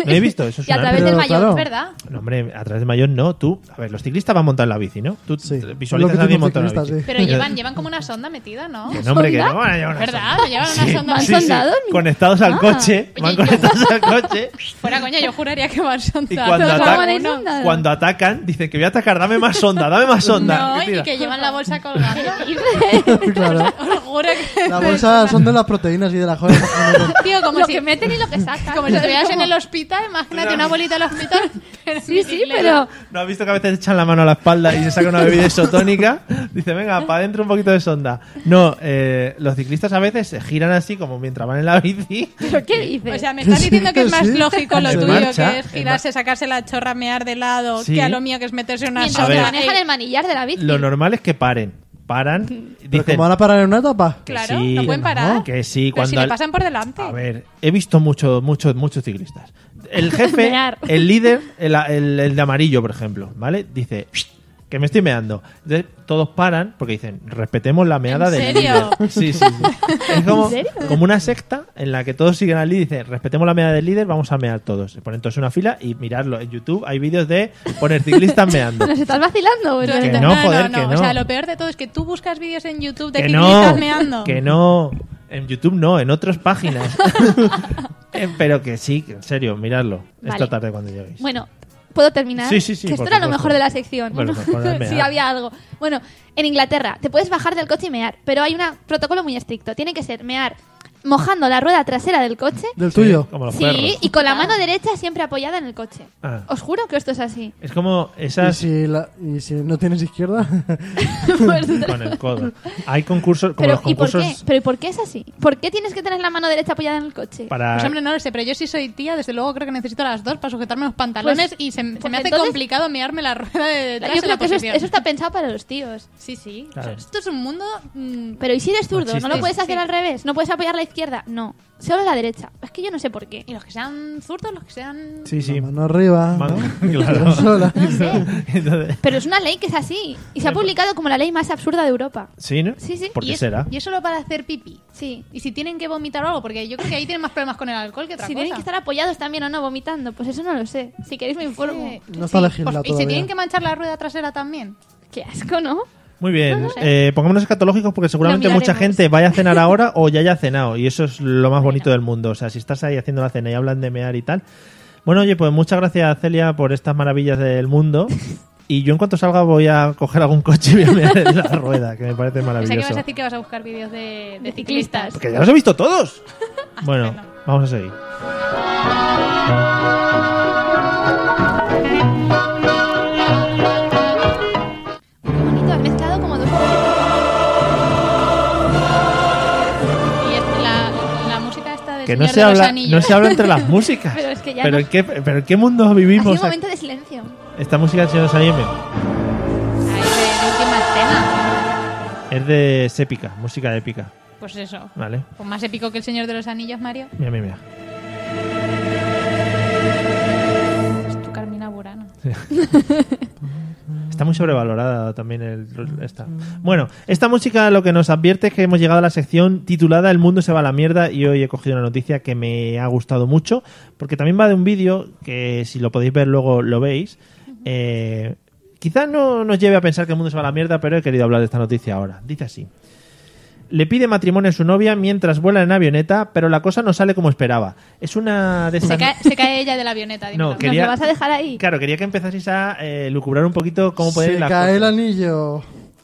C: No he visto eso. es
F: y a
C: una-
F: través del
E: pero
F: mayor,
E: claro.
F: ¿verdad?
C: No, hombre, a través de mayor no. Tú, a ver, los ciclistas van montados en la bici, ¿no? Tú
E: Sí.
C: te
E: Lo que
C: visualizas
E: tú
C: a alguien
E: dices,
C: montado en la
E: ciclista,
C: bici.
E: sí.
D: Pero llevan, llevan como una sonda metida, ¿no?
C: Que no, hombre, que
F: ¿Sonda?
C: no van a llevar una
D: ¿Verdad?
C: sonda.
D: ¿No llevan una sonda
F: ¿Van
D: metida?
F: sondados?
C: Conectados al
F: Ah.
C: coche. Van
D: Oye,
C: conectados al coche.
D: Fuera coña, yo juraría que van
C: Y
D: sondados.
C: cuando,
F: Pero
C: atacan-
F: ¿cómo de sonda?
C: cuando atacan, dicen que voy a atacar, dame más sonda, dame más sonda.
D: No, y
C: Mira.
D: que llevan la bolsa colgando.
E: Claro.
D: Os juro que...
E: Las bolsas son de las proteínas y de las joyas.
D: Tío, como
F: lo
D: si...
F: que meten y lo que sacan.
D: Como si estuvieras en el hospital, imagínate una bolita en el hospital.
F: Sí, sí, pero
C: ¿No has visto que a veces echan la mano a la espalda y se saca una bebida isotónica? Dice, venga, para adentro un poquito de sonda. No, eh, los ciclistas a veces se giran así como mientras van en la bici.
F: ¿pero qué dices?
D: O sea, me estás diciendo que es más
E: Sí.
D: lógico lo
C: En
D: tuyo,
C: marcha,
D: que es
C: en
D: girarse, sacarse la chorra, mear de lado,
C: Sí.
D: que a lo mío que es meterse en una
F: mientras
C: A
F: que
C: ver.
D: sonda.
F: manejan el manillar de la bici.
C: Lo normal es que paren. Paran.
E: Pero
C: Dicen,
E: como van a parar en una etapa.
C: que
D: Claro,
C: sí,
D: no pueden parar.
C: que sí,
D: Pero
C: cuando
D: si le
C: al-
D: pasan por delante.
C: A ver, he visto muchos, muchos, muchos ciclistas. El jefe,
F: Mear.
C: el líder, el, el- el de amarillo, por ejemplo, ¿vale? Dice "Psst, que me estoy meando. Entonces, todos paran porque dicen, respetemos la meada
D: ¿En
C: del
D: serio?
C: líder. Sí, sí, sí. Es como,
F: ¿En serio?
C: como una secta en la que todos siguen al líder y dicen, respetemos la meada del líder, vamos a mear todos. Se ponen todos en una fila y mirarlo. En YouTube hay vídeos de poner ciclistas meando.
F: ¿Nos estás vacilando? Pues,
C: Que
F: ¿verdad?
C: no, joder, que
D: O sea,
C: no.
D: lo peor de todo es que tú buscas vídeos en YouTube de
C: que
D: ciclistas
C: no,
D: meando.
C: que no. En YouTube no, en otras páginas. Eh, Pero que sí, que en serio, miradlo.
F: Vale.
C: Esta tarde cuando lleguéis.
F: Bueno, ¿puedo terminar?
C: Sí, sí, sí,
F: Que esto
C: por
F: era lo
C: supuesto.
F: mejor de la sección.
C: Bueno,
F: ¿no?
C: mejor del mear.
F: sí, había algo. Bueno, en Inglaterra te puedes bajar del coche y mear, pero hay un protocolo muy estricto. Tiene que ser mear mojando la rueda trasera del coche.
E: Del
C: Sí,
E: tuyo.
C: Como los
F: Sí,
C: perros.
F: y con la mano
D: Ah.
F: derecha siempre apoyada en el coche.
C: Ah.
F: Os juro que esto es así.
C: Es como
E: Y
C: esas
E: si, la- y si no tienes izquierda.
C: con el codo. Hay concursos, como
F: Pero
C: los
F: ¿y, por qué?
C: concursos
F: pero ¿y por qué es así? ¿Por qué tienes que tener la mano derecha apoyada en el coche?
C: para.
D: Pues hombre, no lo sé, pero yo sí soy tía, desde luego creo que necesito las dos para sujetarme los pantalones
F: Pues-
D: y se, se
F: pues
D: me hace
F: entonces-
D: complicado mirarme la rueda de detrás
F: Yo
D: en la
F: creo que eso, es-
D: posición.
F: eso está pensado para los tíos.
D: Sí, sí.
C: Claro.
D: O sea, esto es un mundo... mm,
F: Pero ¿y si eres zurdo? ¿No
C: Machista.
F: lo puedes hacer
D: Sí.
F: al revés? ¿No puedes apoyar la izquierda? No, solo la derecha. Es que yo no sé por qué.
D: y los que sean zurdos, los que sean...
C: Sí, sí.
E: La mano arriba.
C: Man-
E: ¿no?
C: Claro.
E: La sola.
C: Entonces-
F: Pero es una ley que es así y se ha publicado como la ley más absurda de Europa.
C: sí, ¿no?
F: Sí, sí.
C: ¿Por
D: y
C: qué
D: es,
C: será?
D: Y es solo para hacer pipí.
F: Sí.
D: Y si tienen que vomitar o algo, porque yo creo que ahí tienen más problemas con el alcohol que otra
F: Si
D: cosa.
F: tienen que estar apoyados también o no vomitando, pues eso no lo sé. Si queréis me informo.
E: No está legislado
D: Pues, y se
E: todavía.
D: tienen que manchar la rueda trasera también.
F: Qué asco, ¿no?
C: Muy bien. eh, pongámonos escatológicos porque seguramente
F: Lo
C: mucha
F: miraremos.
C: gente vaya a cenar ahora o ya haya cenado. Y eso es lo más bonito del mundo. O sea, si estás ahí haciendo la cena y hablan de mear y tal. Bueno, oye, pues muchas gracias, Celia, por estas maravillas del mundo. Y yo en cuanto salga voy a coger algún coche y voy a mear en la rueda, que me parece
D: O sea, que vas
C: maravilloso.
D: a decir que vas a buscar vídeos de, de
F: De
D: ciclistas.
F: ciclistas.
C: Porque ya los he visto todos. Bueno,
D: Estupendo.
C: vamos a seguir.
F: Qué bonito, has mezclado como dos cosas.
D: Y es la, la música esta del
C: Que
D: Señor
C: no se,
D: de los
C: habla,
D: Anillos.
C: no se habla entre las músicas.
F: Pero es que ya
C: Pero
F: no-
C: en qué, pero en qué mundo
F: Ha sido
C: vivimos?
F: un momento de silencio.
C: Esta música del Señor de los Anillos
D: Ahí de la última escena.
C: es de es épica, música épica.
D: Pues eso.
C: ¿Vale?
D: Pues más épico que el Señor de los Anillos, Mario.
C: Mira, mira, mira.
D: Es tu pues Carmina Burana.
C: Está muy sobrevalorada también
D: Ah,
C: el, esta. Bueno, esta música lo que nos advierte es que hemos llegado a la sección titulada El mundo se va a la mierda y hoy he cogido una noticia que me ha gustado mucho porque también va de un vídeo que si lo podéis ver luego lo veis. Eh, quizás no nos lleve a pensar que el mundo se va a la mierda, pero he querido hablar de esta noticia ahora. Dice así. Le pide matrimonio a su novia mientras vuela en avioneta, pero la cosa no sale como esperaba. Es una de
D: Se
C: estas...
D: cae, se cae ella de la avioneta, dímelo.
C: No,
F: ¿Nos
C: Quería-
F: lo vas a dejar ahí?
C: Claro, quería que empezaseis a eh, lucubrar un poquito cómo puede
E: Se
C: ir la
E: cae el anillo.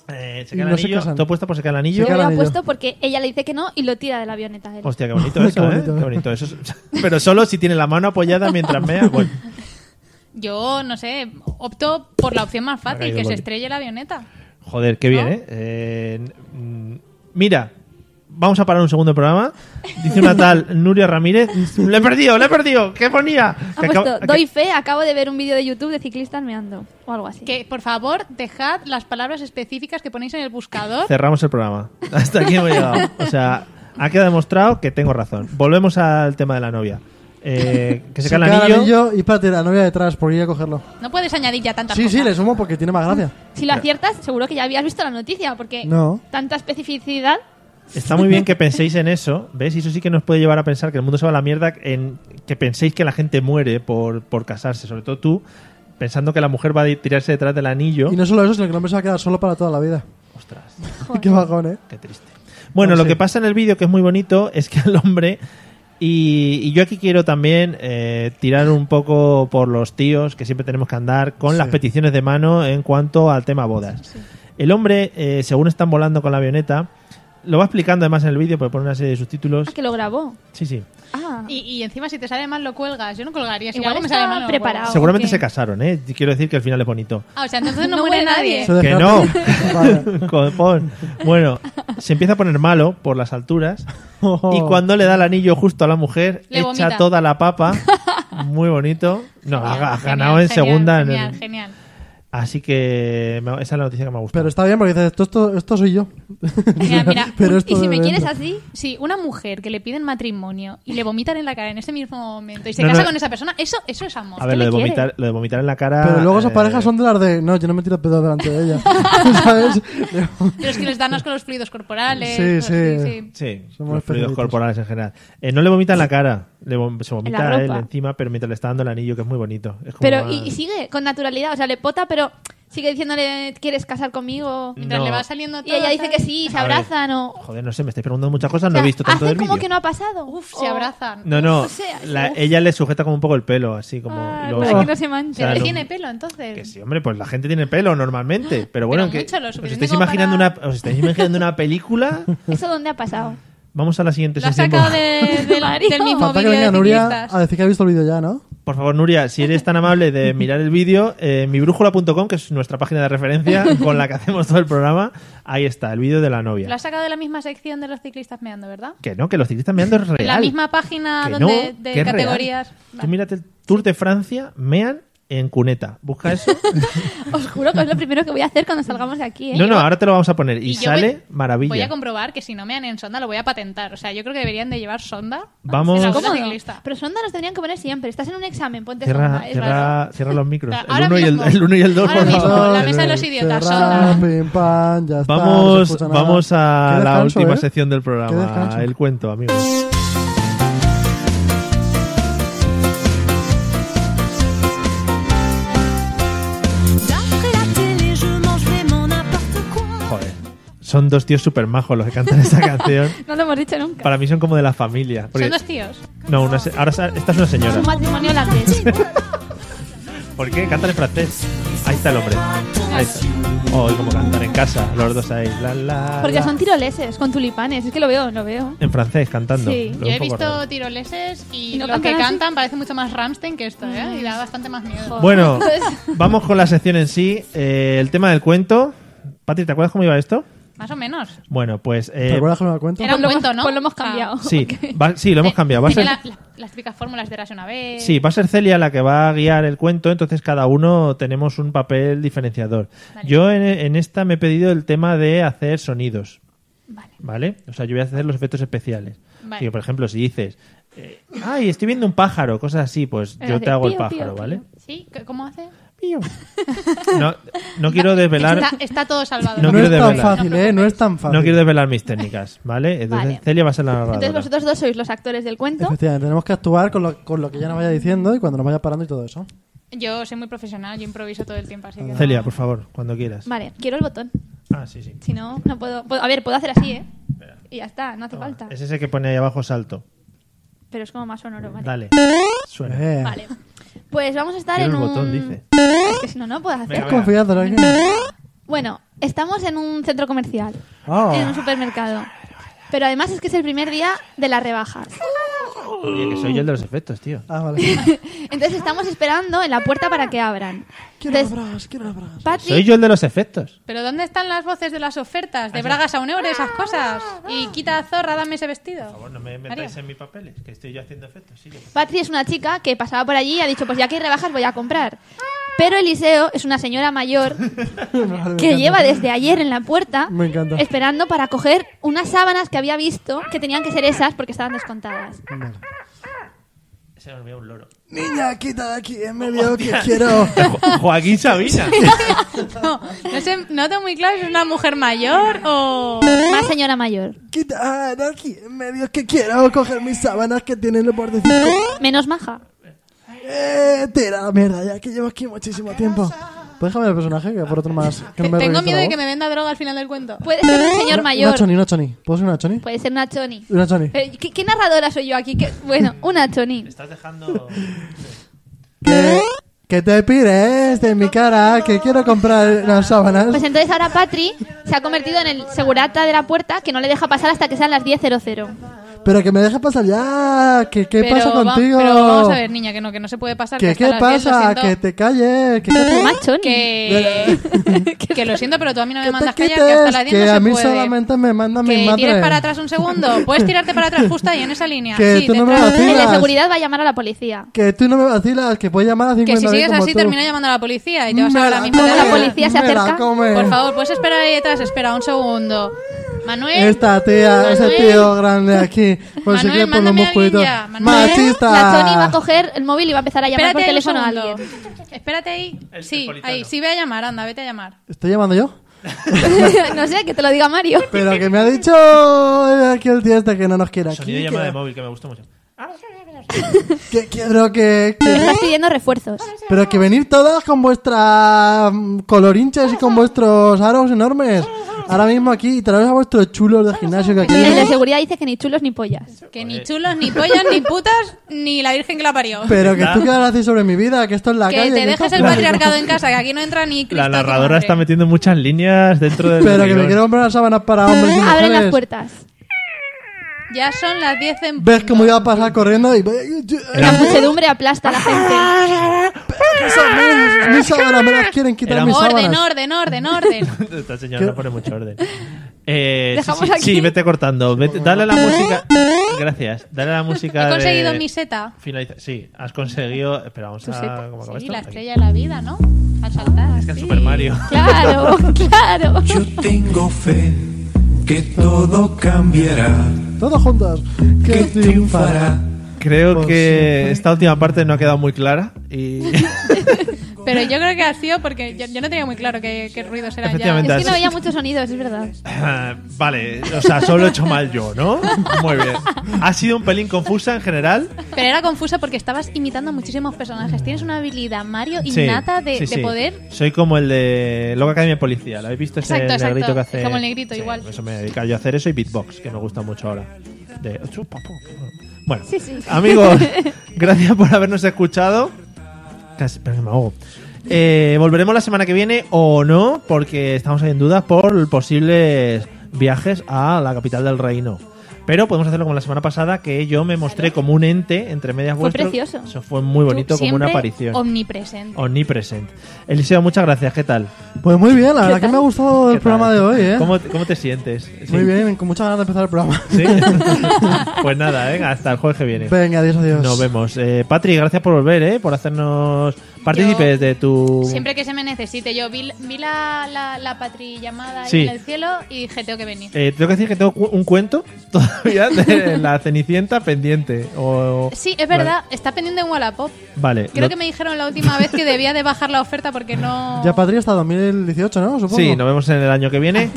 C: eh, se
E: Y
C: cae el
E: no se
C: anillo.
E: casan.
C: Todo puesto por se cae el anillo.
F: Yo lo
E: Se cae el
F: había
E: anillo.
F: puesto porque ella le dice que no y lo tira de la avioneta. él.
C: Hostia, qué bonito eso,
E: Qué
C: ¿eh?
E: bonito.
C: Qué bonito eso. es- Pero solo si tiene la mano apoyada mientras mea. Bueno,
D: Yo, no sé, opto por la opción más
C: Me ha
D: fácil,
C: caído
D: que
C: el
D: se
C: boli.
D: estrelle la avioneta.
C: joder, qué bien,
D: ¿No?
C: ¿eh? Eh, mm, mira, vamos a parar un segundo programa. Dice una tal Nuria Ramírez. ¡Le he perdido, le he perdido! ¿Qué ponía?
F: Ha
C: Que
F: puesto,
C: acaba- que-
F: Ah, pues doy fe, acabo de ver un vídeo de YouTube de ciclistas meando. O algo así.
D: Que, por favor, dejad las palabras específicas que ponéis en el buscador.
C: Cerramos el programa. Hasta aquí hemos llegado. O sea, ha quedado demostrado que tengo razón. Volvemos al tema de la novia. Eh, que se, cae el anillo.
E: y espérate, la novia detrás por ir a cogerlo.
D: No puedes añadir ya tantas
E: Sí,
D: cosas.
E: sí, le sumo porque tiene más gracia.
D: Mm.
F: Si lo aciertas, seguro que ya habías visto la noticia, porque
E: No.
F: tanta especificidad
C: Está muy bien que penséis en eso, ¿ves? Y eso sí que nos puede llevar a pensar que el mundo se va a la mierda, en que penséis que la gente muere por, por casarse, sobre todo tú, pensando que la mujer va a tirarse detrás del anillo.
E: Y no solo eso, sino que el hombre se va a quedar solo para toda la vida.
C: Ostras,
E: Qué bajón, ¿eh?
C: qué triste. Bueno,
E: Ah,
C: lo
E: sí.
C: que pasa en el vídeo, que es muy bonito, es que al hombre... Y, y yo aquí quiero también eh, tirar un poco por los tíos, que siempre tenemos que andar con
E: Sí.
C: las peticiones de mano en cuanto al tema bodas. El hombre, eh, según están volando con la avioneta, lo va explicando además en el vídeo, porque pone una serie de subtítulos.
F: Ah, que lo grabó.
C: Sí, sí.
F: Ah.
D: Y, y encima, si te sale mal, lo cuelgas. Yo no colgaría. Si
F: Igual
D: algo me
F: está
D: sale mal, no lo cuelgo.
F: preparado.
C: Seguramente
F: Ah, ok.
C: se casaron, ¿eh? Quiero decir que el final es bonito.
D: Ah, o sea, entonces no,
F: No
D: muere
F: muere nadie.
D: nadie.
E: Se
C: ¡Que
E: deja-
C: no!
E: Vale.
C: Con- pon. Bueno, se empieza a poner malo por las alturas y
E: Oh.
C: cuando le da el anillo justo a la mujer,
D: Le
C: echa
D: vomita.
C: toda la papa. Muy bonito. No, ha, ha
D: Genial,
C: ganado en
D: genial,
C: segunda. en el-
D: Genial, genial.
C: Así que me- esa es la noticia que me ha gustado.
E: Pero está bien porque dices, esto, esto, esto soy yo.
D: Mira, mira,
E: Pero esto
F: y si
E: de
F: me
E: dentro.
F: quieres así,
D: Sí, una mujer que le piden matrimonio y le vomitan en la cara en ese mismo momento y se
C: No,
D: casa
C: no.
D: con esa persona, eso, eso es amor.
C: a ver,
F: ¿qué
C: lo
F: le
C: de,
F: quiere?
C: vomitar, lo de vomitar en la cara.
E: Pero luego esas
C: eh,
E: parejas son de las de, no, yo no me tiro el pedo delante de ella. ¿Sabes?
D: Pero es que les dan asco los fluidos corporales.
E: Sí,
D: los-
E: sí.
C: Sí,
E: Somos
C: los fluidos
E: especialistas.
C: corporales en general. Eh, no le vomita en la cara, le vom- se vomita
F: En
C: a
F: la
C: él
F: ropa.
C: encima, pero mientras le está dando el anillo, que es muy bonito. Es como "Ah,
F: pero
C: más-
F: y, y sigue con naturalidad. O sea, le pota, pero sigue diciéndole, ¿quieres casar conmigo?
D: Mientras
C: No.
D: le va saliendo todo.
F: Y ella dice
D: ¿sabes?
F: que sí, se
C: A ver.
F: abrazan o...
C: Joder, no sé, me estáis preguntando muchas cosas,
F: o
C: no
F: sea,
C: he visto tanto del
F: hacen como
C: vídeo.
F: que no ha pasado.
D: Uf, se
F: O-
D: abrazan.
C: No, no,
F: O sea,
C: la-
F: uf.
C: ella le sujeta como un poco el pelo, así como...
F: Ah,
C: lo-
D: pues
F: para que no se manche.
C: o sea,
D: Pero
C: lo-
D: tiene pelo, entonces.
C: Que sí, hombre, pues la gente tiene pelo normalmente, pero bueno,
D: Pero
C: que
D: mucho, lo
C: os
D: suficiente
C: estáis
D: como
C: imaginando
D: para-
C: una os estáis imaginando una película.
F: ¿Eso dónde ha pasado?
C: Vamos a la siguiente
D: Lo ha
C: sección.
D: sacado de- del-
F: Mario.
D: del mismo
E: Falta que
D: vídeo
E: venga
D: de
E: Nuria
C: Ah,
D: ciclistas.
E: a decir que ha visto el vídeo ya, ¿no?
C: Por favor, Nuria, si eres tan amable de mirar el vídeo, eh, mibrújula.com, que es nuestra página de referencia con la que hacemos todo el programa, ahí está, el vídeo de la novia.
D: Lo ha sacado de la misma sección de los ciclistas meando, ¿verdad?
C: Que no, que los ciclistas meando es real.
D: En la misma página
C: Que
D: donde
C: no, que
D: de
C: es real.
D: categorías.
C: Tú
D: Vale.
C: mírate el Tour de Francia, mean en cuneta. Busca eso.
F: Os juro que es lo primero que voy a hacer cuando salgamos de aquí, ¿eh?
C: no, no, ahora te lo vamos a poner. Y,
D: Y yo
C: sale
D: voy-
C: maravilla.
D: Voy a comprobar que si no me dan en sonda lo voy a patentar. O sea, yo creo que deberían de llevar sonda.
C: Vamos-
D: en la
F: Es
D: Copa
F: cómodo.
D: Ciclista.
F: Pero sonda nos tendrían que poner siempre. Estás en un examen, ponte
C: Cierra,
F: sonda. Es raro.
C: cierra, cierra los micros.
D: Claro,
C: El
D: ahora
C: 1 y el,
D: mismo.
C: el uno y el 2,
D: Ahora
C: por
D: mismo,
C: favor.
D: la mesa de los idiotas,
E: Cerrar,
D: sonda.
E: pim, pam, ya está, no se
C: Vamos,
E: escucha nada.
C: vamos a
E: Qué
C: la
E: descanso,
C: última
E: ¿eh?
C: sección del
E: Qué descanso.
C: programa. El cuento, amigos. Joder. Son dos tíos súper majos los que cantan esta canción.
F: No lo hemos dicho nunca.
C: Para mí son como de la familia. porque-
D: Son dos tíos.
C: no, una se- ahora sa- esta es una señora.
F: Un matrimonio holandés.
C: ¿Por qué? Cantan en francés. Ahí está el hombre. Ahí está. Oh, y como cantan en casa, los dos ahí. La, la,
F: Porque
C: la.
F: son tiroleses, con tulipanes. Es que lo veo, lo veo.
C: En francés, cantando.
F: Sí.
C: Lo
D: Yo he
C: un poco
D: visto
C: raro.
D: tiroleses y,
F: ¿Y no
D: lo que
F: cantan así?
D: cantan parece mucho más Ramstein que esto, ¿eh? Y da bastante más miedo.
C: Bueno, vamos con la sección en sí. Eh, el tema del cuento. Patri, ¿te acuerdas cómo iba esto?
D: Más o menos.
C: Bueno, pues. eh,
E: ¿Te acuerdas que me lo cuento?
D: Era un
F: Pues lo
D: cuento,
F: hemos-
D: ¿no?
F: Pues lo hemos
D: O sea,
F: cambiado.
C: sí, va- sí, lo hemos cambiado. Va a ser,
D: Tenía la- la- las típicas fórmulas de Eras una vez.
C: sí, va a ser Celia la que va a guiar el cuento, entonces cada uno tenemos un papel diferenciador.
D: Vale.
C: Yo en, en esta me he pedido el tema de hacer sonidos. ¿Vale? O sea, yo voy a hacer los efectos especiales.
D: Vale.
C: Así que, por ejemplo, si dices, eh, ay, estoy viendo un pájaro, cosas así, pues
F: Eh,
C: yo
F: hace
C: te hago el
F: pío,
C: pájaro,
F: pío,
C: ¿vale?
D: ¿Sí? ¿Qué- ¿Cómo hace?
C: Pío. No, no quiero desvelar.
D: Está, está todo salvado.
C: No
E: No,
C: quiero
E: es tan
C: desvelar.
E: fácil, ¿eh? No es tan fácil.
C: No quiero desvelar mis técnicas, ¿vale? Entonces
F: Vale.
C: Celia va a ser la narradora.
F: Entonces vosotros dos sois los actores del cuento.
E: Efectivamente, tenemos que actuar con lo, con lo que ya nos vaya diciendo y cuando nos vaya parando y todo eso.
D: Yo soy muy profesional, yo improviso todo el tiempo, así que... no.
C: Celia, por favor, cuando quieras.
F: Vale, quiero el botón.
C: Ah, sí, sí.
F: Si no, no puedo, puedo- A ver, puedo hacer así, ¿eh? Y ya está, no hace falta.
C: Es ese que pone ahí abajo salto.
F: Pero es como más sonoro, ¿vale?
C: Dale. Suena.
E: Eh,
F: Vale. Pues vamos a estar
C: Quiero
F: en
C: el
F: un...
C: botón, dice.
F: Es que si no, no puedo hacer.
C: Venga, venga.
E: Confiad, ¿verdad que-
F: Bueno, estamos en un centro comercial,
E: Ah.
F: en un supermercado. Pero además es que es el primer día de las rebajas.
C: Oye, que soy yo el de los efectos, tío.
E: Ah, vale.
F: Entonces estamos esperando en la puerta para que abran.
E: ¿Quién
F: Entonces,
E: habrás? ¿Quién habrás?
F: Patrick,
C: Soy yo el de los efectos.
D: Pero ¿dónde están las voces de las ofertas? De bragas a un euro,
F: Ah,
D: esas cosas. Y quita zorra, dame ese vestido.
C: no me
D: metáis
C: en mis papeles, que estoy yo haciendo efectos.
F: Patri es una chica que pasaba por allí y ha dicho, pues ya que hay rebajas voy a comprar. Pero Eliseo es una señora mayor
E: Vale,
F: que
E: me
F: lleva
E: encanta.
F: desde ayer en la puerta
E: Me encanta.
F: esperando para coger unas sábanas que había visto que tenían que ser esas porque estaban descontadas.
E: Vale.
C: se me olvidó un loro.
E: Niña, quita de aquí, en medio que quiero.
C: Jo- Joaquín Sabina.
D: No, no sé, no tengo muy claro si es una mujer mayor o...
F: Una señora mayor.
E: Quita de aquí, en medio que quiero coger mis sábanas que tienen los bordecitos.
F: Menos maja.
E: Eh, tira la mierda, ya que llevo aquí muchísimo tiempo. ¿Puedes cambiar el personaje? Que por otro más. que no me
D: Tengo
E: revienta
D: miedo
E: la
D: de
E: voz.
D: que me venda droga al final del cuento.
F: Puede ser un señor
E: Una
F: mayor.
E: choni, una choni. ¿Puedo ser una choni?
F: Puede ser una choni.
E: Una choni.
D: Eh.
F: Pero, ¿Qué, qué narradora soy yo aquí? ¿Qué- Bueno, una choni.
C: Estás dejando.
E: ¿Qué? Que te pires de mi cara, que quiero comprar unas sábanas.
F: Pues
D: eh,
F: entonces ahora Patri se ha convertido en el segurata de la puerta que no le deja pasar hasta que sean las 10.00.
E: Pero que me dejes pasar ya. que qué
D: Pero
E: pasa
D: va-
E: contigo?
D: pero vamos a ver, niña, que no, que no se puede pasar.
E: ¿Qué,
D: hasta
E: qué
D: las 10, lo
E: pasa?
D: siento.
E: Que te calles. Que, ¿Eh? que,
F: Más choni.
D: que, que lo siento, pero tú a mí no me
E: que te
D: mandas callar, que hasta
E: quites.
D: la 10
E: que
D: no se
E: a mí
D: puede.
E: solamente me manda mi
D: que
E: madre.
D: tires para atrás un segundo. Puedes tirarte para atrás justo ahí, en esa línea.
E: Que
D: sí,
E: tú
D: te
E: no me
D: entras.
E: vacilas.
F: El de seguridad va a llamar a la policía.
E: Que tú no me vacilas, que puedes llamar a 50
D: Que si sigues
E: como
D: así,
E: tú.
D: termina llamando a la policía y te vas
E: Me
D: a la misma
E: come,
D: de la policía.
F: policía se
E: me la
F: acerca.
E: come.
D: Por favor, puedes esperar ahí detrás. Espera un segundo. Manuel.
E: Esta tía, ese
D: Manuel.
E: tío grande aquí, consigue
D: Manuel,
E: por los
D: mándame a alguien
E: musculitos.
D: ya, Manuel.
E: Machista.
F: La Choni va a coger el móvil y va a empezar a llamar
D: Espérate
F: por
D: ahí un
F: teléfono a
D: segundo.
F: alguien.
D: Espérate ahí.
C: El- el
D: sí,
C: politano.
D: ahí. Sí, ve a llamar. Anda, vete a llamar.
E: ¿Estoy llamando yo?
F: no sé, que te lo diga Mario.
E: Pero que me ha dicho eh, aquí el tío este que no nos quiere aquí.
C: Sonido de llamada de
E: Que,
C: móvil que me gustó mucho.
E: que quiero que, que-
F: Estás pidiendo refuerzos.
E: Pero que venir todas con vuestras mm, colorinches y con vuestros aros enormes. Ahora mismo aquí y traeros a vuestros chulos de gimnasio que aquí...
F: El de seguridad dice que ni chulos ni pollas.
D: Que ni chulos, ni pollas, ni putas, ni la virgen que la parió.
E: Pero que tú qué vas a decir sobre mi vida, que esto es la
D: que
E: calle.
D: te
E: que
D: dejes
E: esto-
D: el patriarcado en casa, que aquí no entra ni Cristo.
C: La
D: de tu
C: narradora
D: madre.
C: está metiendo muchas líneas dentro del.
E: Pero que me
C: guión.
E: quiero comprar sábanas para hombres y
F: Abren las
E: mujeres.
F: puertas.
D: Ya son las 10 en punto.
E: Ves cómo iba a pasar corriendo y...
F: La muchedumbre aplasta a la gente.
E: Mis, mis sábanas me las quieren quitar
C: Era
E: mis
C: un-
D: Orden,
E: sábanas.
D: orden, orden, orden.
C: Esta señora no pone mucho orden. Eh, sí,
F: Dejamos
C: sí,
F: aquí.
C: sí, vete cortando. Vete- dale a la música. Gracias. Dale a la música.
D: He conseguido
C: de-
D: mi seta.
C: Finaliza. Sí, has conseguido. Espera, vamos a. ¿cómo acaba
D: Sí,
C: esto?
D: la
C: Aquí.
D: estrella de la vida, ¿no? Al saltar.
C: Es que es Super Mario.
F: Claro, claro.
G: Yo tengo fe que todo cambiará,
E: Todas juntas.
G: que
E: Que triunfará.
G: triunfará.
C: Creo
E: Pues
C: que esta última parte no ha quedado muy clara. Y
D: Pero yo creo que ha sido porque yo, yo no tenía muy claro qué, qué ruidos eran ya.
C: Efectivamente.
F: Es que no había muchos sonidos, es verdad.
C: vale, o sea, solo he hecho mal yo, ¿no? Muy bien. Ha sido un pelín confusa en general.
D: Pero era confusa porque estabas imitando a muchísimos personajes. Tienes una habilidad, Mario,
C: Sí,
D: innata de,
C: sí,
D: de
C: sí.
D: poder.
C: Soy como el de Loca Academia de Policía. ¿Lo habéis visto? Ese
D: Exacto, exacto.
C: negrito que hace. pues
D: Es como el negrito, igual.
C: Eso me he dedicado yo a hacer eso y beatbox, que me gusta mucho ahora. De- Bueno, amigos, gracias por habernos escuchado. Casi, pero que me ahogo. Eh, volveremos la semana que viene o no, porque estamos ahí en dudas por posibles viajes a la capital del reino. Pero podemos hacerlo como la semana pasada, que yo me mostré como un ente entre medias
F: Fue
C: vuestras.
F: precioso.
C: Eso fue muy bonito,
D: Tú
C: como una
D: siempre
C: aparición.
D: Omnipresente.
C: Omnipresent. Eliseo, muchas gracias. ¿Qué tal?
E: Pues muy bien, la verdad que me ha gustado
C: ¿Qué
E: el
C: tal?
E: programa de hoy, ¿eh?
C: ¿Cómo, cómo te sientes?
E: Muy
C: ¿Sí?
E: bien, con muchas ganas de empezar el programa.
C: ¿Sí? pues nada, venga, hasta el jueves que viene.
E: Venga, adiós, adiós.
C: Nos vemos. Eh, Patri, gracias por volver, ¿eh? Por hacernos partícipes de tu...
D: Siempre que se me necesite. Yo vi, vi la, la, la patri llamada ahí
C: Sí.
D: en el cielo y dije, tengo que venir.
C: Eh, tengo que decir que tengo cu- un cuento todavía de la Cenicienta pendiente. O...
D: Sí, es verdad. Está pendiente en Wallapop.
C: Vale.
D: Creo
C: lo-
D: que me dijeron la última vez que debía de bajar la oferta porque no...
E: Ya Patri hasta 2018, ¿no? Supongo.
C: Sí, nos vemos en el año que viene.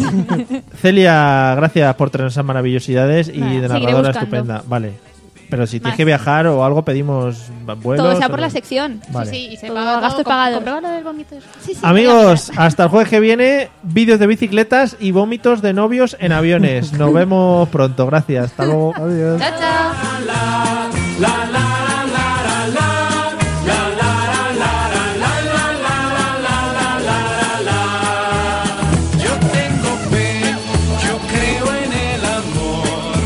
C: Celia, gracias por traernos esas maravillosidades y
F: Nada,
C: de
F: seguiré
C: narradora
F: buscando.
C: estupenda. Vale. Pero si tienes
D: Más.
C: que viajar o algo, pedimos vuelos.
F: Todo sea
C: o-
F: por la sección.
C: Vale.
D: Sí, sí, y se
F: Todo
D: paga todo.
F: gasto
D: Com-
F: pagado.
D: comprueba lo del vómito.
F: Sí, sí,
C: Amigos, hasta el jueves que viene, vídeos de bicicletas y vómitos de novios en aviones. Nos vemos pronto, gracias. Hasta luego.
E: Adiós.
D: Chao, chao.
G: Yo tengo fe, yo creo en el amor.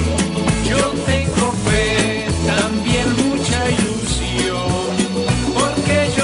G: Yo tengo fe, también mucha ilusión. Porque yo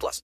B: plus.